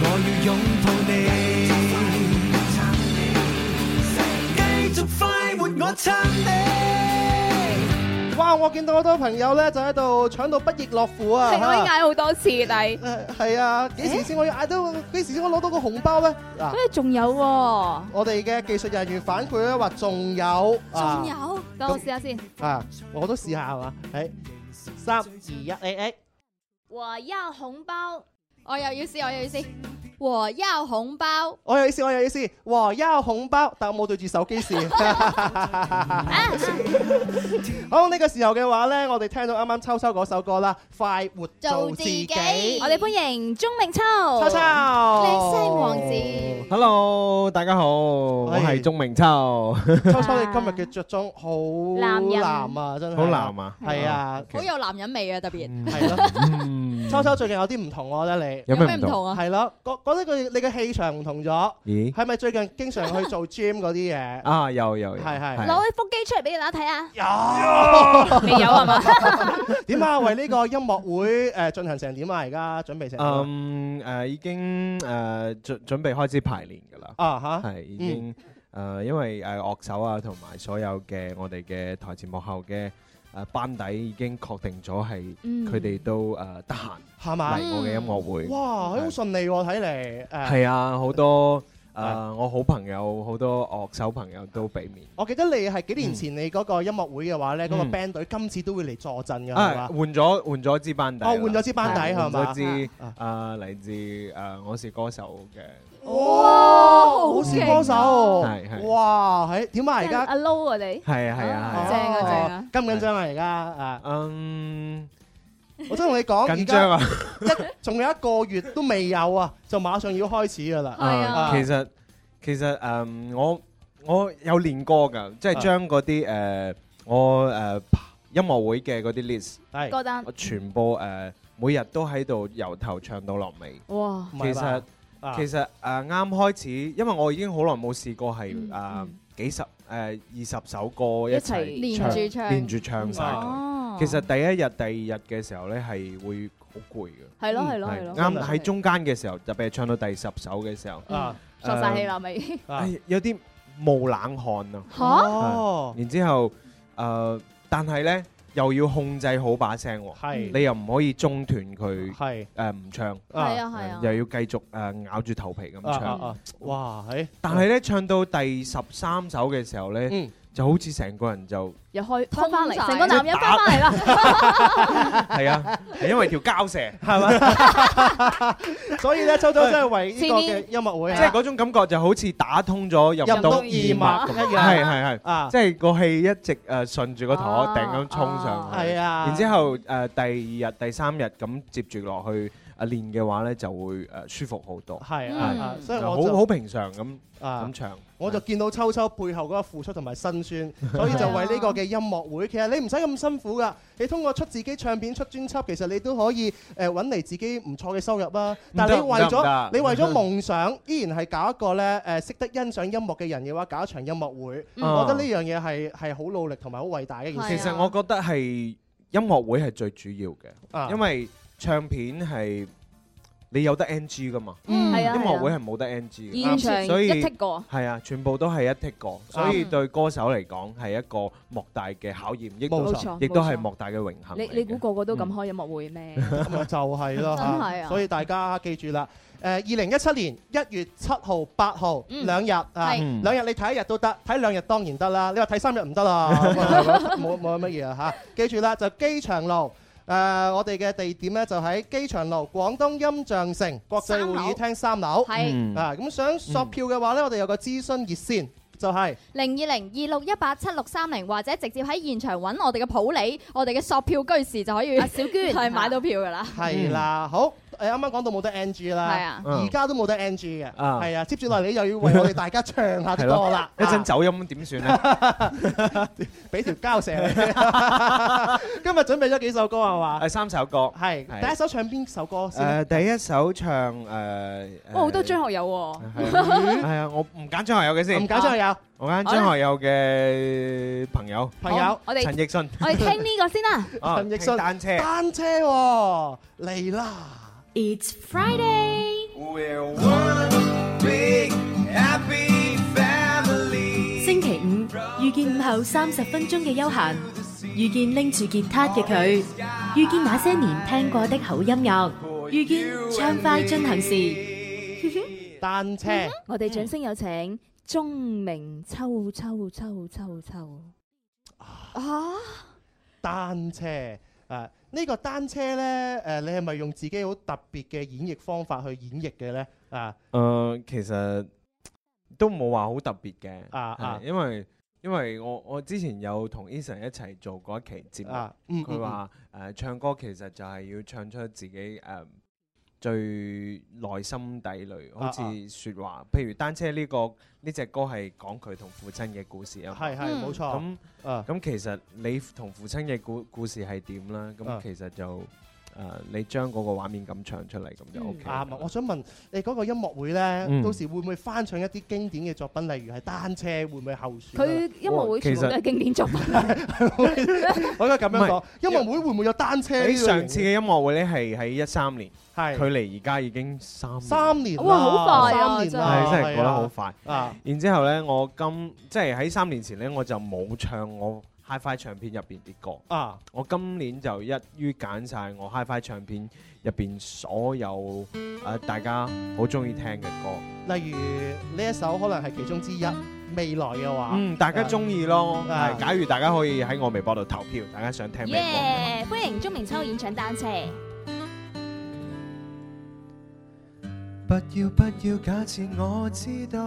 S5: 我要擁抱你，繼續快活，我撐你。
S6: 哇！我見到好多朋友咧，就喺度搶到不亦樂乎啊！
S7: 係我已經嗌好多次，但係
S6: 係啊，幾時先可以嗌到？幾時先可以攞到個紅包咧？嗱，
S7: 仲有喎，
S6: 我哋嘅技術人員反饋咧話仲有，啊
S11: 仲有，等我試下先。
S6: 啊！我都試下係嘛？誒，三二一，哎誒誒，
S11: 我要紅包，
S2: 我又要試，我又要試。和優紅包，
S6: 我有意思，我有意思，哇！一紅包，但我冇對住手機試。啊
S11: 啊
S6: 好呢個時候嘅話咧，我哋聽到啱啱秋秋嗰首歌啦，《快活做自己》，
S11: 我哋歡迎鍾明秋，
S6: 秋秋，
S2: 靚聲王子。
S14: Hello，大家好，我係鍾明秋。
S6: 秋秋，你今日嘅着裝好
S2: 男人
S6: 男啊，真係
S14: 好 男啊
S6: 係啊，
S2: 好有男人味啊，特別
S6: 係咯。秋秋最近有啲唔同，我覺 得你
S14: 有咩唔同
S2: 啊
S6: 係咯，覺覺得佢你嘅氣場唔同咗，
S14: 咦
S6: 係咪最近經常 去做 gym 嗰啲嘢？
S14: 啊，有有有，
S6: 係係
S11: 攞啲腹肌出嚟俾大家睇下。
S6: 有
S11: 未有係嘛？
S6: 點啊？為呢個音樂會誒進行成點啊？而家準備成點啊
S14: 嗯誒，已經誒準準備開始排練㗎啦。
S6: 啊嚇
S14: 係已經誒，因為誒樂手啊，同埋所有嘅我哋嘅台前幕後嘅誒班底已經確定咗係
S6: 嗯
S14: 佢哋都誒得閒
S6: 係嘛？
S14: 嚟我嘅音樂會。
S6: 哇，好順利喎，睇嚟誒。
S14: 係啊，好多誒我好朋友，好多樂手朋友都俾面。
S6: 我記得你係幾年前你嗰個音樂會嘅話咧，嗰個
S14: 嗯
S6: band 隊今次都會嚟助陣㗎，係
S14: 啊，
S6: 嘛？
S14: 換咗換咗支班底啦，
S6: 哦換咗支班底
S14: 係
S6: 係嘛
S14: 換咗支啊嚟自誒我是歌手嘅，
S6: 哇，好似
S11: 勁
S6: 歌手
S14: 啊係，係
S6: 哇，係點啊？而
S11: 真係阿
S6: 家
S11: Low 啊你，
S14: 係啊係啊係
S11: 正啊正啊！
S6: 緊唔緊張啊？而家啊，
S14: 嗯，
S6: 我真係同你講，
S14: 緊張啊
S6: 而家一仲有一個月都未有啊，就馬上要開始㗎啦。
S14: 啊，其實其實誒我我有練歌㗎，即係將嗰啲誒我誒音樂會嘅嗰啲 list
S6: 係
S11: 歌單
S14: 我全部誒每日都喺度由頭唱到落尾。
S11: 哇
S14: 其實
S6: 啊
S14: 其實誒啱開始，因為我已經好耐冇試過
S11: 嗯
S14: 係誒幾十誒呃二十首歌一齊
S2: 一齊連住唱
S14: 連住
S11: 嗯
S14: 唱晒
S2: 哦
S14: 佢。其實第一日、第二日嘅時候咧係會好攰嘅。
S11: 係咯係咯係咯
S14: 啱喺中間嘅時候，特別係唱到第十首嘅時候，
S6: 啊
S11: 嗯
S14: 誒
S11: 索晒氣 啦咪。
S14: 哎有啲冒冷汗啊！
S6: 嗯
S11: 嚇
S6: 哦
S14: 係然之後誒，但係咧又要控制好把聲
S6: 係
S14: 喎，你又唔可以中斷佢，
S6: 係
S14: 誒唔唱，
S6: 嗯係啊係啊
S14: 又要繼續誒咬住頭皮咁
S6: 啊啊
S14: 唱
S6: 啊，哇！係，
S14: 但係咧唱到第十三首嘅時候
S6: 嗯
S14: 咧，就好似成個人 就
S11: 又開翻翻嚟，
S2: 通晒
S11: 成個男人翻翻嚟啦。
S14: 係啊，係因為條膠 蛇
S6: 係嘛， 所以咧，秋秋真係為呢個
S14: 前
S6: 嘅
S14: 面
S6: 音樂會
S14: 即係
S6: 啊，
S14: 嗰種感覺就好似打通咗入
S6: 入
S14: 到
S6: 到
S14: 二
S6: 二脈
S14: 脈咁，
S6: 一樣
S14: 係係
S6: 啊
S14: 係，即係個氣一直誒順住個頭頂咁衝上去，
S6: 係啊
S14: 然之後誒第二日、第三日咁接住落去誒練嘅話咧，就會誒舒服好多，
S6: 係啊啊所以我就
S14: 嗯好好平常咁
S6: 啊
S14: 咁唱。
S6: 我就見到秋秋背後嗰個付出同埋辛酸， 所以就為呢個嘅音樂會，其實你唔使咁辛苦噶，你通過出自己唱片、出專輯，其實你都可以誒揾嚟自己唔錯嘅收入啦。但係
S14: 唔
S6: 你
S14: 得唔
S6: 為
S14: 得
S6: 咗 你為咗夢想，依然係搞一個咧誒識得欣賞音樂嘅人嘅話，搞一場音樂會，
S14: 嗯
S6: 我覺得呢樣嘢係係好努力同埋好偉大嘅一件
S14: 其
S6: 事。
S14: 實我覺得係音樂會係最主要嘅，
S6: 啊
S14: 因為唱片係你有得 NG 噶嘛，
S11: 嗯係啊
S14: 音樂會
S11: 係啊
S14: 係冇得 NG 嘅，
S11: 現場
S14: 所以
S11: 一剔過
S14: 係啊，全部都係一剔過，所以對歌手嚟講係一個莫大嘅考驗，亦都
S11: 冇錯
S14: 亦都
S11: 冇
S14: 係
S11: 錯
S14: 莫大嘅榮幸。
S11: 你你估個個都咁開音樂會 咩？
S6: 咁啊就係咯，
S11: 真係啊
S6: 所以大家記住啦。誒，二零一七年一月七號、八號
S11: 嗯
S6: 兩日啊，
S11: 係
S6: 兩日你睇一日都得，睇兩日當然得啦。你話睇三日唔得啦，咁啊冇冇乜嘢啊嚇。記住啦，就機場路。誒、我哋嘅地點呢，就喺機場路廣東音像城國際會議廳三樓。
S2: 係嗯
S6: 啊，咁想索票嘅話呢，我哋有個諮詢熱線，就係、
S2: 零二零二六一八七六三零，或者直接喺現場揾我哋嘅普理，我哋嘅索票居士就可以
S11: 阿小娟
S2: 係買到票噶啦。
S6: 係啦，好，誒啱啱講到冇得 NG
S11: 係
S6: 啦
S11: 啊，
S4: 嗯
S6: 而家都冇得 NG 嘅，
S14: 啊
S6: 係啊，接住落嚟你又要為我哋大家唱下啲歌啦，啊
S14: 一陣走音點 算咧？
S6: 俾條膠蛇你。今日準備咗幾首歌啊係嘛？
S14: 係三首歌，
S6: 係第一首唱邊首歌先？啊
S14: 誒第一首唱誒，
S11: 哇，好多張學友喎。
S14: 係啊，我唔揀張學友嘅先，啊
S11: 唔揀張學友，
S14: 我揀張學友嘅朋友，
S6: 朋友好我哋
S14: 陳 奕迅，
S11: 我哋聽呢個先啦。
S14: 啊
S6: 陳奕迅
S14: 聽單車
S6: 單車喎嚟啦
S11: ！It's Friday。
S15: 星期五遇見午後三十分鐘嘅休閒，遇見拎住吉他嘅佢，遇見那些年聽過的好音樂，遇見暢快進行時。
S14: 嗯
S6: 單車，
S11: 我哋掌聲有請鐘明秋秋秋秋秋。啊！
S6: 單車啊！呢個單車呢，誒你係咪用自己好特別嘅演繹方法去演繹嘅呢？啊，
S14: 誒，其實都冇話好特別嘅，
S6: 啊啊
S14: 係因為因為我我之前有同 Eason 一齊做過一期節
S6: 啊
S14: 目
S6: 嗯，
S14: 佢話誒唱歌其實就係要唱出自己誒最內心底裏，
S6: 啊
S14: 好似説話，譬如單車呢個呢隻歌係講佢同父親嘅故事啊嘛，
S6: 係係冇錯啊
S14: 咁咁其實你同父親嘅故故事係點啦？
S6: 啊
S14: 咁其實就誒你將嗰個畫面咁唱出嚟，咁就 OK
S6: 啱啊！我想問你嗰個音樂會呢，
S14: 嗯
S6: 到時會唔會翻唱一啲經典嘅作品，例如係單車，會唔會候選啊？
S11: 佢音樂會全部都係經典作品。
S6: 我應該咁樣
S14: 唔係
S6: 講，音樂會會唔會有單車呢類
S14: 你
S6: 型嘅？
S14: 上次嘅音樂會咧係喺一三年，
S6: 係
S14: 距離而家已經三
S6: 三年啦
S11: 哇好快啊
S6: 三年啦
S14: 係真係過得好快
S6: 啊！
S14: 然之後咧，我今即係喺三年前咧，我就冇唱我 HiFi 唱片入邊啲歌
S6: 啊！
S14: 我今年就一於揀晒我 HiFi 唱片入邊所有誒、呃大家好中意聽嘅歌，
S6: 例如呢一首可能係其中之一，未來嘅話，
S14: 嗯，大家中意咯。
S6: 啊
S14: 係假如大家可以喺我微博度投票，大家想聽咩歌？
S11: 耶！歡迎鐘明秋演唱單車。
S4: 不要不要，假設我知道，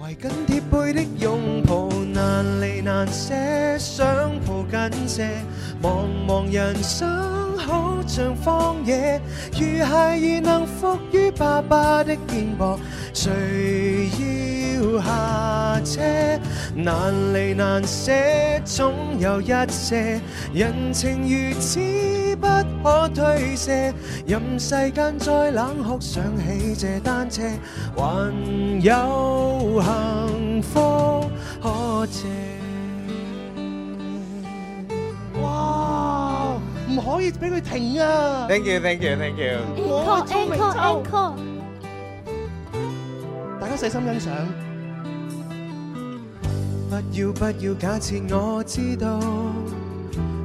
S4: 懷緊貼背的擁抱，難離難捨，想抱緊些。茫茫人生好像荒野，如孩兒能伏於爸爸的肩膊，誰要下車？難離難捨，總有一些人情如此不可推卸。任世間再冷酷，想起這單車，還有幸福可借。
S6: 哇！唔可以俾佢停啊！
S14: Thank you，thank you，thank you。
S6: 我係鍾明秋
S11: Encore, encore,
S6: 大家細心欣賞。
S4: 不要不要，假設我知道，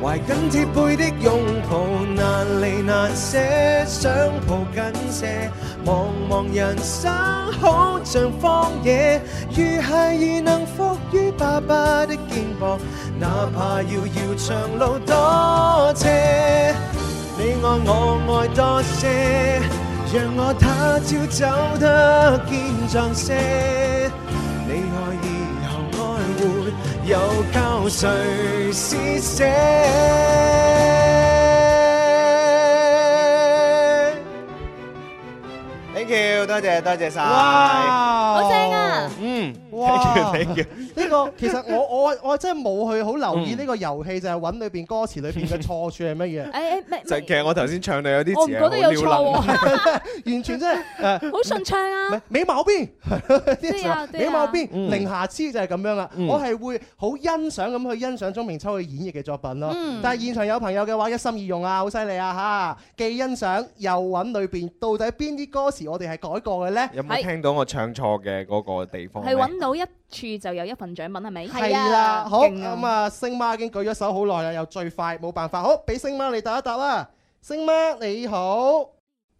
S4: 懷緊貼背的擁抱，難離難捨，想抱緊些。茫茫人生好像荒野，如孩兒能伏於爸爸的肩膊，哪怕遙遙長路多些。你愛我愛多些，讓我他朝走得健壯些。你愛以後愛活，又靠誰施捨？
S14: Thank you，多謝多謝晒。
S6: 哇！
S11: 好正
S7: à.
S11: 啊！
S14: 嗯，
S6: 哇！
S14: Thank
S6: 呢
S14: you，thank you
S6: 個其實我我我真係冇去好留意呢個遊戲，就係揾裏邊歌詞裏邊嘅錯處係乜
S11: 誒
S6: 嘢。
S11: 誒，
S14: 就其實我頭先唱你有啲
S6: 我唔
S14: 字係
S6: 覺得有
S14: 好撩楞
S6: 錯
S7: à.
S6: 完全真係誒，
S11: 好順暢啊！
S6: 咪美貌邊，
S11: 對 啊對啊
S6: 美貌邊，
S14: 嗯
S6: 零瑕疵就係咁樣啦。
S14: 嗯
S6: 我係會好欣賞咁去欣賞鍾明秋去演繹嘅作品咯
S14: 嗯。
S6: 但係現場有朋友嘅話，一心二用啊，好犀利啊嚇！既欣賞又揾裏邊到底邊啲歌詞我哋係改過嘅呢？
S14: 有 冇聽到我唱錯嘅嗰個地方呢？
S11: 係揾到一處就有一份獎品係咪？
S6: 係
S7: 啊 à.
S6: 啦，好
S11: 勁
S6: 咁啊，星媽已經舉咗手好耐啦，又最快冇辦法，好俾星媽你答一答啦。星媽你好，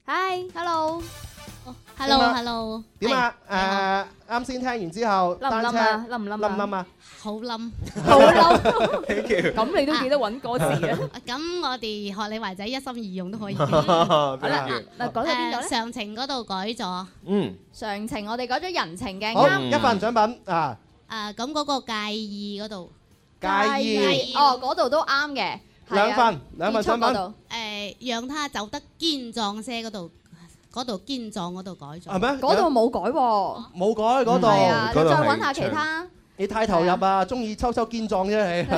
S2: Hi，hello。
S6: 星媽
S16: Hello，Hello，
S6: 點啊？誒，啱先聽完之後，
S11: 冧唔
S6: 單
S11: 冧
S7: à,
S11: 啊
S6: 車
S11: 冧唔冧啊
S6: 冧唔冧啊？
S16: 好冧，
S11: 好嬲，
S16: 咁
S11: 你都記得揾歌詞嘅。
S16: 咁我哋學你華仔一心二用都可以。
S11: 啦嗱講到邊
S14: 好
S2: À,
S11: 度咧
S16: 誒上情嗰度改咗，
S14: 嗯，
S2: 常情我哋改咗人情嘅，
S6: 好，
S2: 啱
S6: 一份獎品啊！
S16: 誒咁嗰個介意嗰度，
S6: 介意介意
S2: 哦，嗰度都啱嘅，係啊
S6: 兩份兩份獎品。
S16: 誒讓他走得堅壯些嗰度，嗰度堅壯嗰度改咗。
S6: 係咩
S2: 嗰度冇改喎。
S6: 冇改哦嗰度，
S2: 係啊你再揾下其他。
S6: 你太投入啊，中意秋秋堅壯啫 你，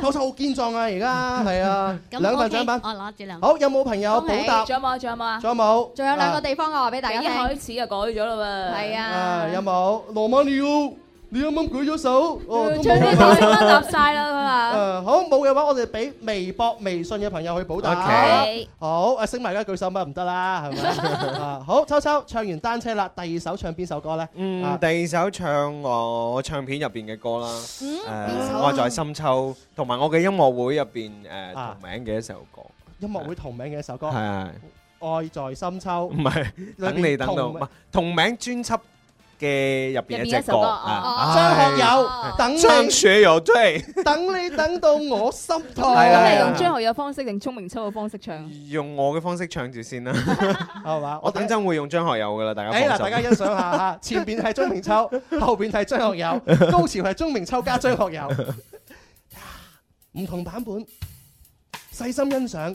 S6: 秋秋好堅壯啊而家，係啊，
S11: 咁
S6: 兩份
S11: OK，
S6: 獎品，
S2: Ờ.
S11: 我攞住兩份
S6: 好，有冇朋友補答？
S11: 仲有冇啊？仲有冇啊？
S6: 仲有冇
S2: 仲有兩個地方我話俾大家
S11: 一
S2: 聽。
S11: 開始就改咗啦喎。
S2: 係啊
S6: 啊啊，有冇？羅馬尼奧，你啱啱舉咗手，
S7: Ừ,
S6: 哦，
S11: 嗯
S6: 都
S2: 將
S6: 冇
S2: 啲
S6: 答
S2: 答答晒啦佢
S11: 啊
S2: 話。
S6: 誒好冇嘅話，我哋俾微博、微信嘅朋友去補答。
S2: OK
S6: 好，誒星埋家舉手乜唔得啦，係 咪？啊好，秋秋唱完單車啦，第二首唱邊首歌咧？
S14: 嗯，第二首唱我唱片入邊嘅歌啦，誒
S6: 邊首
S14: 《愛在深秋》，同埋我嘅音樂會入邊誒同名嘅一首歌，
S6: 音樂會同名嘅一首歌，
S14: 係啊，
S6: 愛在深秋。
S14: 唔係
S6: 裏邊
S14: 等你等到，
S6: 同
S14: 唔係同名專輯嘅入邊一
S6: 入邊一
S14: 隻
S6: 首
S14: 歌
S6: 歌
S14: 啊，
S6: 張
S14: 唉
S6: 學友
S2: 哦
S6: 等你
S14: 張學友對，
S6: 等你等到我心痛。
S14: 係啦
S11: 咁
S14: 係
S11: 你
S14: 啦
S11: 用張學友嘅方式定鐘明秋嘅方式唱？
S14: 用我嘅方式唱住先啦，
S6: 係嘛？
S14: 我等陣會用張學友噶啦，大家
S6: 誒
S14: 放
S6: 哎嗱，
S14: 心
S6: 大家欣賞 下嚇，前邊係鐘明秋，後邊係張學友，高潮係鐘明秋加張學友，唔同版本，細心欣賞。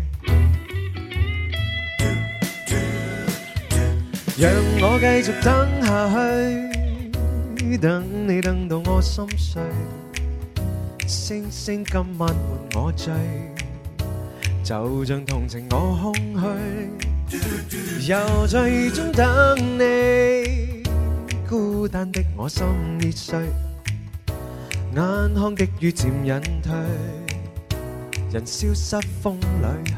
S4: 讓我繼續等下去，等你等到我心碎，星星今晚伴我醉，就像同情我空虛，又在雨中等你，孤單的我心已碎，眼眶的雨漸隱退，人消失風裏去。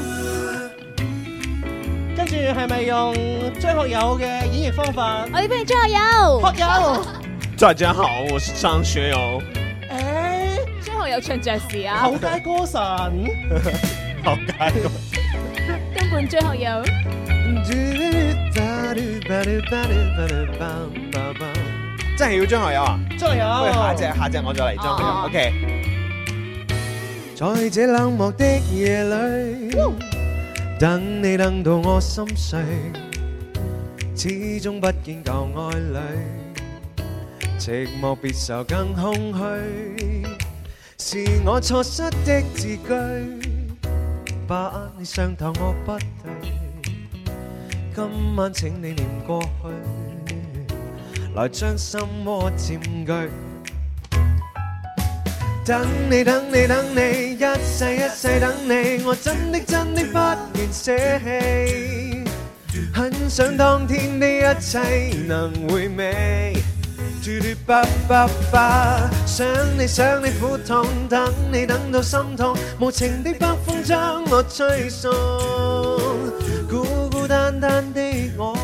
S6: 跟住係咪用張學友嘅演繹方法？
S11: 我要俾你張學友，
S6: 學友。
S17: 大家好，我是张学友。
S11: 誒，張學友唱爵士啊，
S6: 後街歌神。
S17: 好解咁
S11: 根本張學友。
S14: 真係要張學友啊？
S6: 張學友
S14: 喂，下隻啊下隻我再嚟張學友
S17: 哦
S14: ，OK。
S4: 在這冷漠的夜裏，等你等到我心碎，始終不見舊愛侶，寂寞別愁更空虛，是我錯失的字句，把握你傷透我不對，今晚請你念過去，來將心窩佔據。等等你等你等你，一世一世等你，我真的真的不願捨棄，很想當天呢一切能回味。嘟嘟叭叭叭，想你想你苦痛，等你等到心痛，無情的北風將我吹送，孤孤單單的我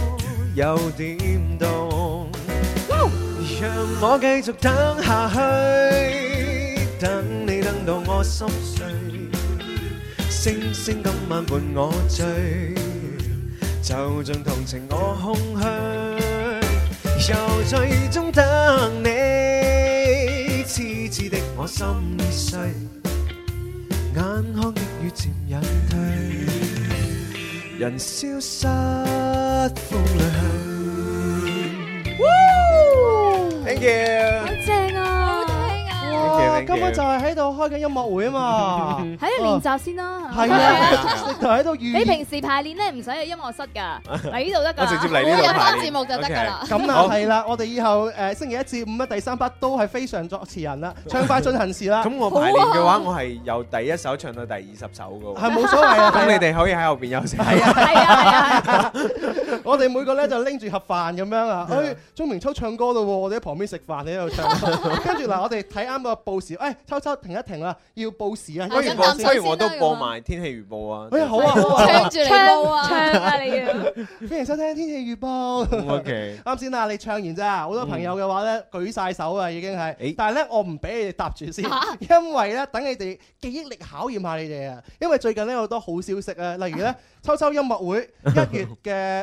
S4: 有點凍。讓我繼續等下去，等你等到我心碎，星星今晚伴我醉，就像同情我空虛，又最終等你，痴痴的我心已碎，眼眶的雨漸隱退，人消失，風裏去。
S14: Thank you，thank
S6: Thank you。哇！
S14: you
S6: 今晚就係喺度開緊音樂會啊嘛，
S11: 喺度練習先啦。
S6: 係啊，直頭喺度 預
S11: 你平時排練咧唔使去音樂 室㗎，嚟呢度得㗎。
S6: 我直接嚟呢度
S11: 有
S6: 排
S11: 翻
S6: 練
S11: 節目就得㗎 啦。
S6: 咁啊係啦，我哋以後誒星期一至五咧第三 part 都係非常作詞人 啦，唱快進行時啦。
S14: 咁我排練嘅話，我係由第一首唱到第二十首嘅喎。
S6: 係冇所謂啊係啊
S14: 咁你哋可以喺後邊休息。 係啊，
S6: 我哋每個咧就拎住盒飯咁樣啊，哎，鐘明秋唱歌咯喎，我哋喺旁邊食飯，你喺度 唱。跟住嗱，我哋睇啱個報時，哎，秋秋停一停啦，要報時啊。
S14: 不如我不如我都播埋天氣預報啊。
S6: 哎呀，好啊，好啊，
S11: 唱啊
S6: 你要！歡迎收聽天氣預報。
S14: OK
S6: 啱先啊，你唱完咋？好多朋友嘅話咧，舉晒手啊，已經係。但係咧，我唔俾你哋答住先
S5: 嚇，
S6: 因為咧，等你哋記憶力考驗下你哋啊。因為最近咧有好多好消息啊，例如咧，秋秋音樂會一月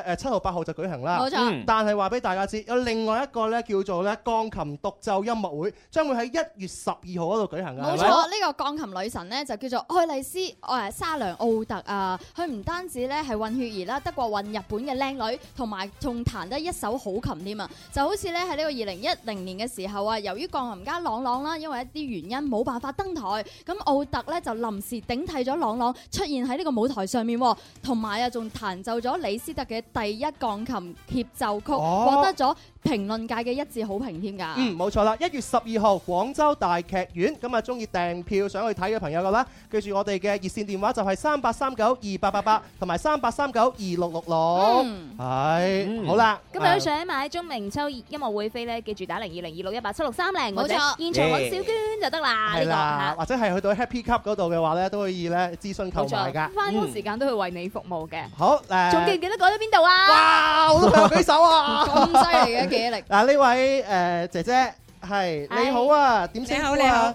S6: 嘅誒七號、八號就舉行啦。
S5: 冇錯嗯
S6: 但係話俾大家知，有另外一個咧叫做咧鋼琴獨奏音樂會，將會喺一月十二號嗰度舉行㗎。
S2: 冇
S6: 係咪
S2: 錯，呢個鋼琴女神咧就叫做愛麗絲誒沙良奧特啊！佢唔單止咧係混血兒啦，德國混日本嘅靚女，同埋仲彈得一手好琴添啊！就好似咧喺呢個二零一零年嘅時候啊，由於鋼琴家朗朗啦，因為一啲原因冇辦法登台，咁奧特咧就臨時頂替咗朗朗出現喺呢個舞台上面喎，同埋啊仲彈奏咗李斯特嘅第一鋼琴協奏曲，
S6: 哦
S2: 獲得咗評論界嘅一致好評添㗎。
S6: 嗯，冇錯啦！一月十二號廣州大劇院，咁啊中意訂票想去睇嘅朋友嘅啦，記住我哋嘅熱線電話就係三八三九二八八八同埋三八三九二六六六
S11: 嗯，
S6: 係好啦。
S11: 今日都想買鐘明秋音樂會飛咧，記住打零二零二六一八七六三零，或者
S6: 冇錯
S11: 現場揾
S6: Yeah
S11: 小娟就得啦。
S6: 係
S11: 呢個嚇，，
S6: 啦或者係去到 Happy Cup 嗰度嘅話咧，都可以咧諮詢購買㗎。
S11: 翻工時
S6: 嗯
S11: 間都去為你服務嘅。
S6: 好誒，
S11: 仲記唔記得講咗邊度啊？
S6: 哇！好多朋友舉手啊，
S11: 咁犀利嘅記憶力。
S6: 嗱呢位誒姐姐係你好啊，點稱呼
S18: 你好
S6: 啊？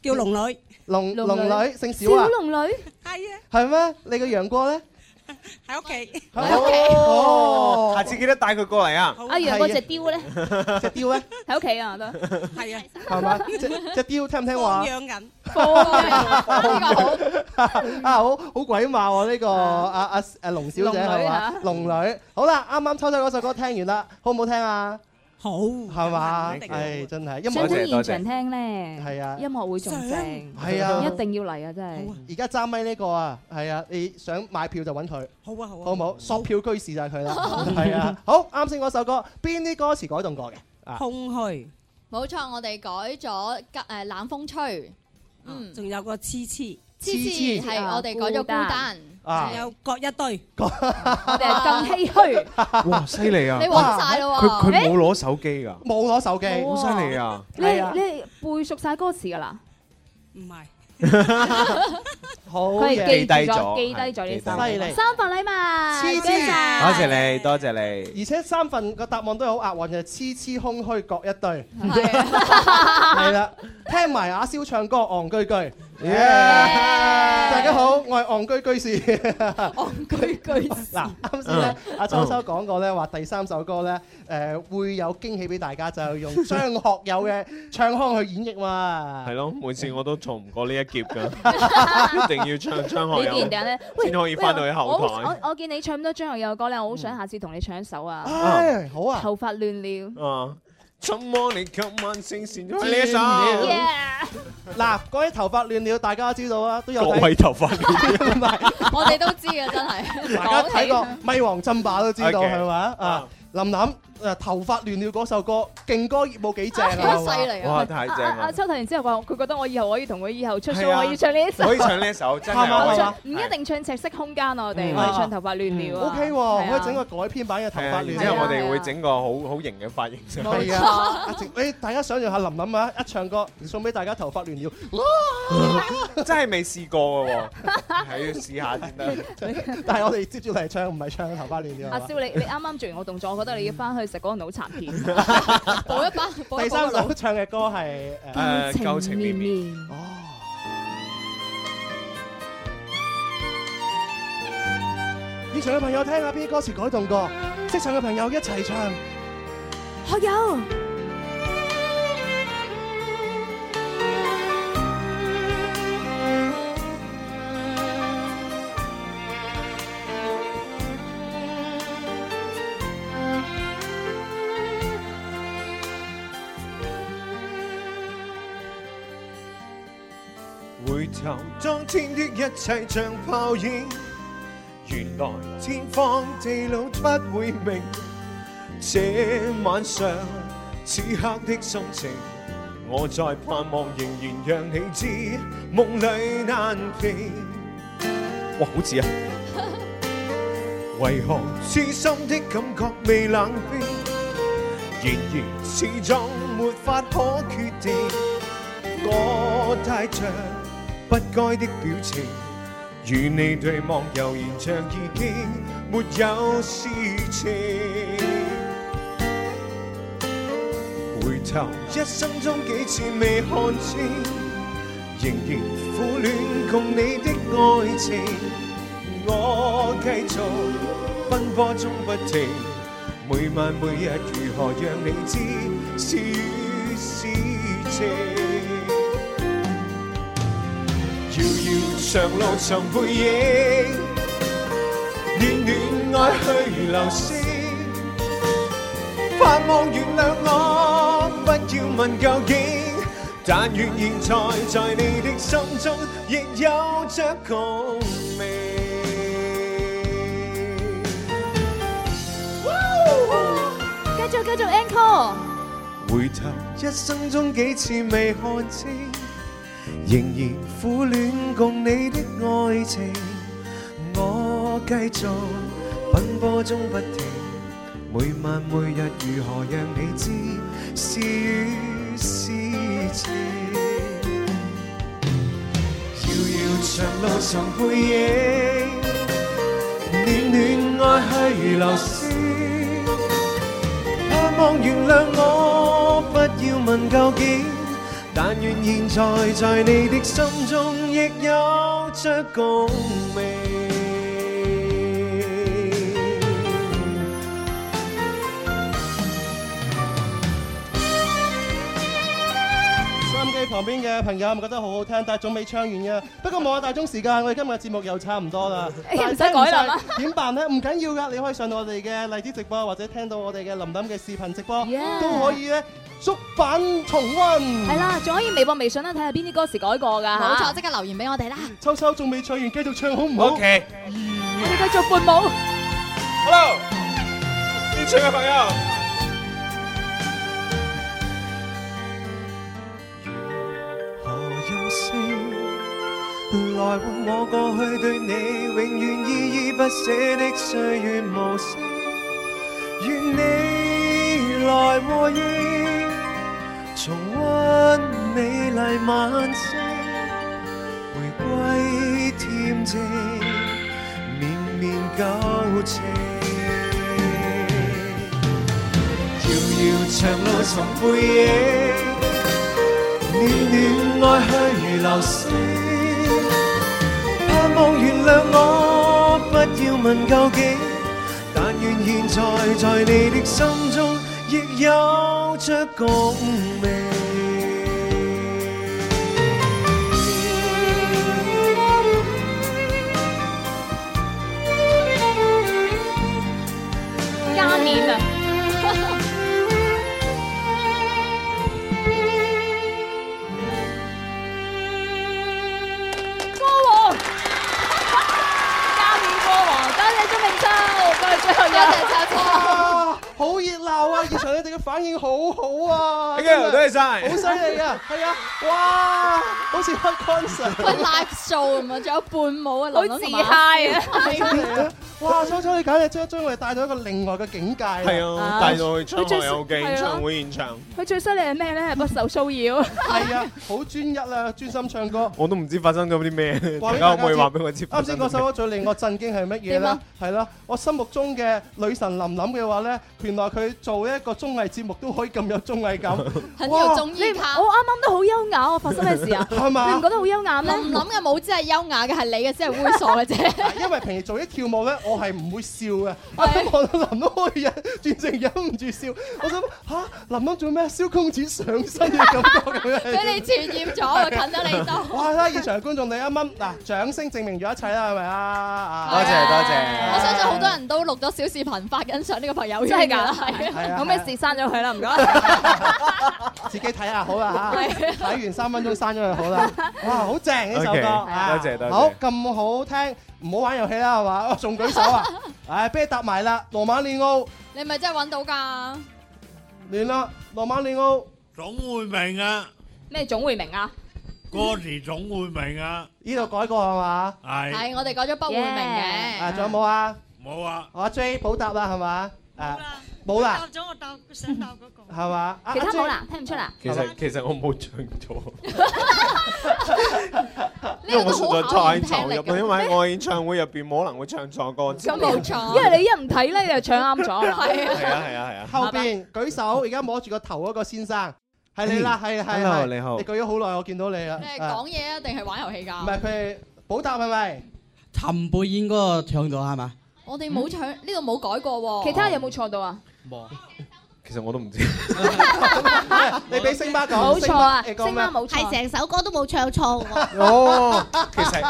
S18: 叫龍女，
S6: 龍龍女姓小啊？
S11: 龍女
S18: 係啊，
S6: 係咩？你個楊過咧？
S18: 喺屋企。
S14: 哦，下次記得帶佢過嚟啊。
S11: 阿楊嗰只雕咧
S6: 只雕咧
S11: 喺屋企啊，我 都
S18: 係啊，
S6: 係 嘛？只只雕聽唔聽話？
S18: 放養緊，
S6: 啊，好好鬼馬喎呢個
S11: 嗯
S6: 啊啊誒龍小姐係
S11: 啊
S6: 嘛？龍女，好啦，啱啱秋秋嗰首歌聽完啦，好唔好聽啊？
S18: 好
S6: 係嘛？係真係音樂
S11: 想聽現場聽咧，
S6: 係啊
S11: 音樂會仲正，
S6: 係啊
S11: 一定要嚟啊，真係。
S6: 而家揸咪呢個啊，係啊，你想買票就揾佢，
S18: 好啊好
S11: 哦
S18: 啊
S6: 好唔好？索票居士就係佢 啦，係啊，好啱先嗰首歌邊啲歌詞改動過嘅啊？
S18: 空虛，
S2: 冇錯，我哋改咗吉誒冷風吹，嗯，
S18: 仲有個痴痴，
S2: 痴痴係我哋改咗孤單，
S6: 啊
S18: 仲有各一堆，
S11: 我哋係更唏噓。
S14: 哇，犀利啊！
S11: 你揾晒咯喎
S14: 佢佢冇攞手機㗎。
S6: 冇攞手機
S14: 好犀利啊！
S11: 你你背熟晒歌詞㗎啦？
S18: 唔係，
S6: 好
S11: 佢係記
S14: 嘢
S11: 住
S14: 記低咗
S11: 咗，記低咗呢三個
S6: 記低咗
S11: 三份禮物，
S6: 黐
S11: 多謝
S6: 黐，
S14: 多謝你，多謝你。
S6: 而且三份個答案都係好押韻嘅，痴痴空虛各一對，
S11: 係啊
S6: 係啦，聽埋阿蕭唱歌戇居居，大家好，我係戇居居士，戇
S11: 居居士。
S6: 嗱，啱先咧，
S5: 嗯
S6: 阿秋秋講過咧話第三首歌咧，誒會有驚喜俾大家，就用張學友嘅唱腔去演繹嘛。
S17: 係咯，每次我都做唔過呢一劫 㗎，一定要唱
S7: 啊
S17: 張學
S11: 你見
S17: 友
S11: 唔見咧？喂
S17: 先可以翻到去後
S11: 喂我好
S17: 台。
S11: 我我見你唱咁多張學友嘅歌咧，我好想下次同你唱一首啊！
S17: 唉
S6: 好啊！
S11: 頭髮亂了，
S17: 啊，怎麼你今晚聲線咗呢一首？
S4: 嗯
S11: Yeah
S6: 嗱，嗰位頭髮亂了，大家都知道啊，都有
S17: 各
S6: 睇
S17: 位頭髮
S2: 我哋都知嘅真 係。
S7: 啊
S6: 大家睇
S2: 講
S6: 過咪王爭霸都知道
S17: OK
S6: 係嘛啊？林林誒頭髮亂了嗰首歌，勁歌熱舞幾正 啊！
S14: 哇太
S4: 啊
S14: 正啊
S7: 阿
S14: 啦！
S7: 啊秋睇完之後話，佢覺得我以後可以同佢以後出 show，
S14: 係啊
S7: 我要唱呢一首，
S14: 可以唱呢一首真係
S4: 啊
S14: 啊
S7: 我
S14: 可以
S7: 啊唱唔一定唱《赤色空間》啊，我哋
S14: 嗯
S7: 我哋唱《頭髮亂了》
S6: O
S7: 啊。
S6: K
S7: 係
S6: 喎，
S7: 啊
S6: 可以整個改編版嘅頭
S14: 係啊，
S6: 髮
S14: 然
S6: 亂。
S14: 之後我哋會整個好好型嘅髮型上去。
S6: 係啊，阿靜你大家想象下林林啊，一唱歌送俾大家頭髮亂了，
S14: 真係未試 過嘅喎，係要試下先得。
S6: 但係我哋接住嚟唱唔係唱頭髮亂了。
S7: 阿
S6: 係嘛
S7: 少，你你啱啱做完我動作，我覺得你要翻去食嗰個腦殘片，補一班。補一補
S6: 第三
S7: 個腦
S6: 首唱嘅歌係
S14: 誒舊情綿綿。
S6: 現場嘅朋友聽下邊啲歌詞改動過，識唱嘅朋友一齊唱。
S7: 學友，
S4: 回頭當天的一切像泡影，原來天荒地老不會明。這晚上此刻的心情，我在盼望，仍然讓你知夢裏難平。哇，好似啊！為何痴心的感覺未冷冰？然而始終沒法可決定。我帶着不該的表情，與你對望，悠然像已經沒有事情。回頭一生中幾次未看清，仍然苦戀共你的愛情，我繼續奔波中不停，每晚每日如何讓你知是與是情。遙遙長路長背影，以戀愛去流星，盼望原諒我，不要問究竟，但願現在在你的心中亦有着共鳴。
S7: 繼續繼續 encore。。
S4: 回頭一生中幾次未看清，仍然苦戀共你的愛情，我繼續奔波中不停，每晚每日如何讓你知是與是情。遙遙長路常背影，暖暖愛去流星。盼望原諒我，不要問究竟，但願現在在你的心中亦有着共鳴。
S6: 收音機旁邊嘅朋友有冇覺得好好聽？但係仲未唱完嘅。不過望下大鐘時間，我哋今日嘅節目又差唔多啦
S7: 唔使
S6: 但係
S7: 改啦
S6: 聽唔晒點辦呢？唔緊要㗎，你可以上到我哋嘅荔枝直播，或者聽到我哋嘅林林嘅視頻直播
S7: Yeah
S6: 都可以咧足版重温。
S7: 係啦，仲可以微博、微信咧睇下邊啲歌詞改過㗎嚇。
S6: 冇錯
S7: 即刻留言俾我哋啦。
S6: 秋秋仲未唱完，繼續唱好唔好
S14: OK
S7: 我哋繼續伴舞。
S14: Hello，現場嘅朋友，
S4: 任性來往我過去對你永遠依依不捨的歲月無聲，願你來和應，重溫美麗晚星，回歸恬靜，綿綿舊情。遙遙長路尋背影，暖暖愛去如流星，盼望原諒我，不要問究竟，但願現在在你的心中亦有着共鳴。
S11: 加冕啊！
S7: 歌王，
S2: dạ.
S7: 加冕歌王，多謝鍾明秋，佢係最後一。
S6: 哇好好熱鬧啊！現場你哋嘅反應好好啊
S14: Thank you，
S6: 真係
S14: 多謝晒
S6: 好犀利啊！係啊，哇，好似開 concert，
S2: 佢 live show 咁啊，仲有伴舞啊，林
S6: 好
S2: 林
S6: 自
S2: 同埋
S6: high 啊
S2: 係啊
S6: 哇！初初你簡直將將我哋帶到一個另外嘅境界啊
S14: 係啊，帶到
S19: 佢
S14: 去昌
S19: 最
S14: 河有記
S19: 係啊
S14: 演唱會現場，
S19: 佢最犀利係咩咧？不受騷擾。
S6: 係啊，好專一啊，專心唱歌。
S14: 我都唔知發生咗啲咩， 大
S6: 話俾
S14: 家可唔可以
S6: 知
S14: 話俾我知？
S6: 啱先嗰首歌最令我震驚係乜嘢
S14: 點
S6: 咧
S14: 啊？
S6: 係啦，我心目中嘅女神林琳嘅話咧，原來佢做一個綜藝節目都可以咁有綜藝感。
S2: 很有
S6: 哇
S2: 綜藝感
S7: 我啱啱都好優雅，我發生咩事啊？
S6: 係嘛
S7: 你唔覺得好優雅咩？
S2: 林林嘅舞姿係優雅嘅，係你嘅先係猥瑣嘅 啫。
S6: 因為平時做啲跳舞咧，我係唔會笑嘅。啱啱望到林琳可以忍，轉成忍唔住笑。我想吓林琳做咩？蕭公子上身嘅感覺 咁樣。
S2: 俾你傳染咗啊近咗你度
S6: 哇！睇下現場嘅觀眾，你啱啱嗱掌聲證明咗一切啦，係咪啊？
S2: 多謝
S7: 多
S2: 我相信好多人都錄咗小視頻發緊上呢個朋友圈
S7: 真係
S2: 㗎啦
S7: 㗎，
S2: 係啊
S7: 有咩事刪咗佢啦？唔該。
S6: 自己睇下好啦嚇，睇完三分鐘刪咗佢好啦。哇，好正呢首
S20: OK，
S6: 歌，啊
S20: 多謝多謝
S6: 好咁好聽，唔好玩遊戲啦係嘛？哦仲舉 手啊！唉，俾你答埋啦，羅馬里奧
S2: 你咪真係揾到㗎？
S6: 亂啦，羅馬里奧
S5: 總會明啊，
S7: 咩總會明啊？
S5: 歌詞總會明啊，
S6: 呢度改過係嘛？
S5: 係
S2: 係我哋改咗不會明嘅。
S6: 啊，仲有冇啊？
S5: 冇啊，
S6: 我阿 J 補答啦係嘛？誒冇啦，
S2: 咗我答想答嗰個。
S6: 係嘛？啊
S7: 其他
S6: 阿 J
S7: 冇啦，聽唔出啦。
S14: 其實其實我冇唱錯， 因為
S7: 呢個
S14: 我
S7: 都好
S14: 實
S7: 考
S14: 在太
S7: 驗
S14: 投
S7: 聽
S14: 入
S6: 啊
S7: 力㗎
S14: 啦，因為喺我演唱會入邊冇可能會唱錯歌詞。
S7: 咁
S2: Ờ.
S7: 因為你一唔睇咧，你就唱啱咗啦。
S6: 係
S14: 係啊係啊係啊，
S6: 後邊舉手，而家摸住個頭嗰個先生，係你啦，係係係。
S20: hello，你好
S6: 你舉咗好耐，我見到你啦。
S2: 你係
S6: 啊
S2: 講嘢啊，定係玩遊戲㗎？
S6: 唔係佢係補答 係咪？
S21: 譚貝燕嗰個唱到係嘛？
S2: 我哋冇搶，呢度冇改過喎。
S7: 其他有冇錯到啊？
S21: 冇。
S14: 其實我都唔知。
S6: 你俾星巴
S16: 冇錯啊
S6: 你講
S16: 星
S6: 咩
S16: 巴冇錯係成首歌都冇唱錯 喎。
S14: 哦， 其實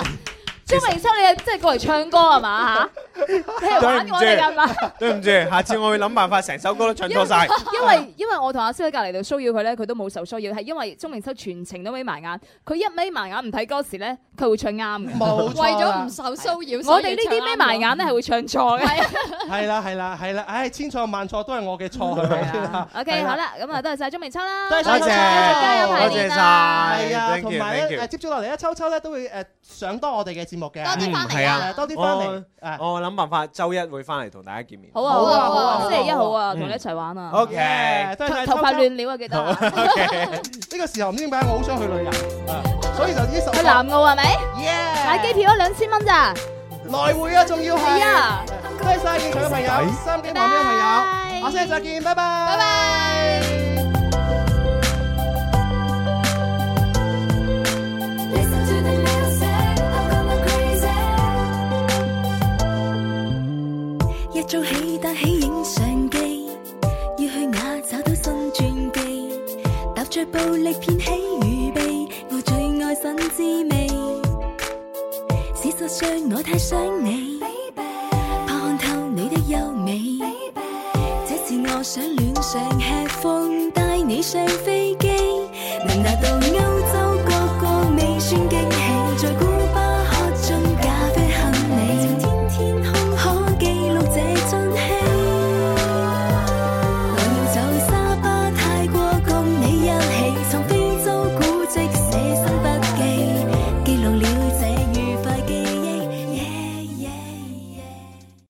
S7: 張榮秋，你係真係過嚟唱歌係 嘛嚇？你係玩我哋係嘛？
S14: 對唔住，下次我會諗辦法成首歌都唱錯 晒。
S7: 因為因為我同阿蕭喺隔離度騷擾佢咧，佢都冇受騷擾，係因為鐘明秋全程都眯埋眼，佢一眯埋眼唔睇歌詞咧，佢會唱啱嘅。
S6: 冇錯啦為咗唔
S2: 受騷擾
S7: 我哋呢啲眯埋眼咧係會唱錯嘅。
S6: 係啦係啦係啦，唉，千錯萬錯都係我嘅錯， 係咪
S7: OK，好。啦，咁啊，多謝晒鐘明秋啦，
S6: 多謝
S7: 祝加油排練啊
S6: 係啊，
S14: Thank you，
S6: 同埋
S14: thank you
S6: 咧誒，接住落嚟咧，秋秋咧都會誒上多我哋嘅節目嘅，
S14: 嗯係
S6: 係多啲翻嚟。
S14: 我我諗辦法周一會翻嚟同大家見面。
S7: 好啊好啊好啊，星期一號啊，
S14: 嗯
S7: 同你一齊玩啊。
S14: OK
S6: 多謝晒
S7: 頭頭髮
S6: 秋秋
S7: 亂了啊，記得啊。
S6: 呢個時候唔知點解我好想去旅遊，啊所以就呢首
S7: 去南澳係咪？買機票啊，兩千蚊咋？
S6: 來回啊，仲要係
S7: 係啊。
S6: 多謝晒現場嘅朋友，心機旁邊嘅朋友，我星期再見，拜拜。拜拜。
S8: Listen to the music, I'm going crazy. 一早起打起影相機，要去雅找到新轉機。踏着暴力掀起預備，我最愛新滋味。事實上我太想你，怕看透你的優美。這次我想戀上吃風，帶你上飛機，能達到歐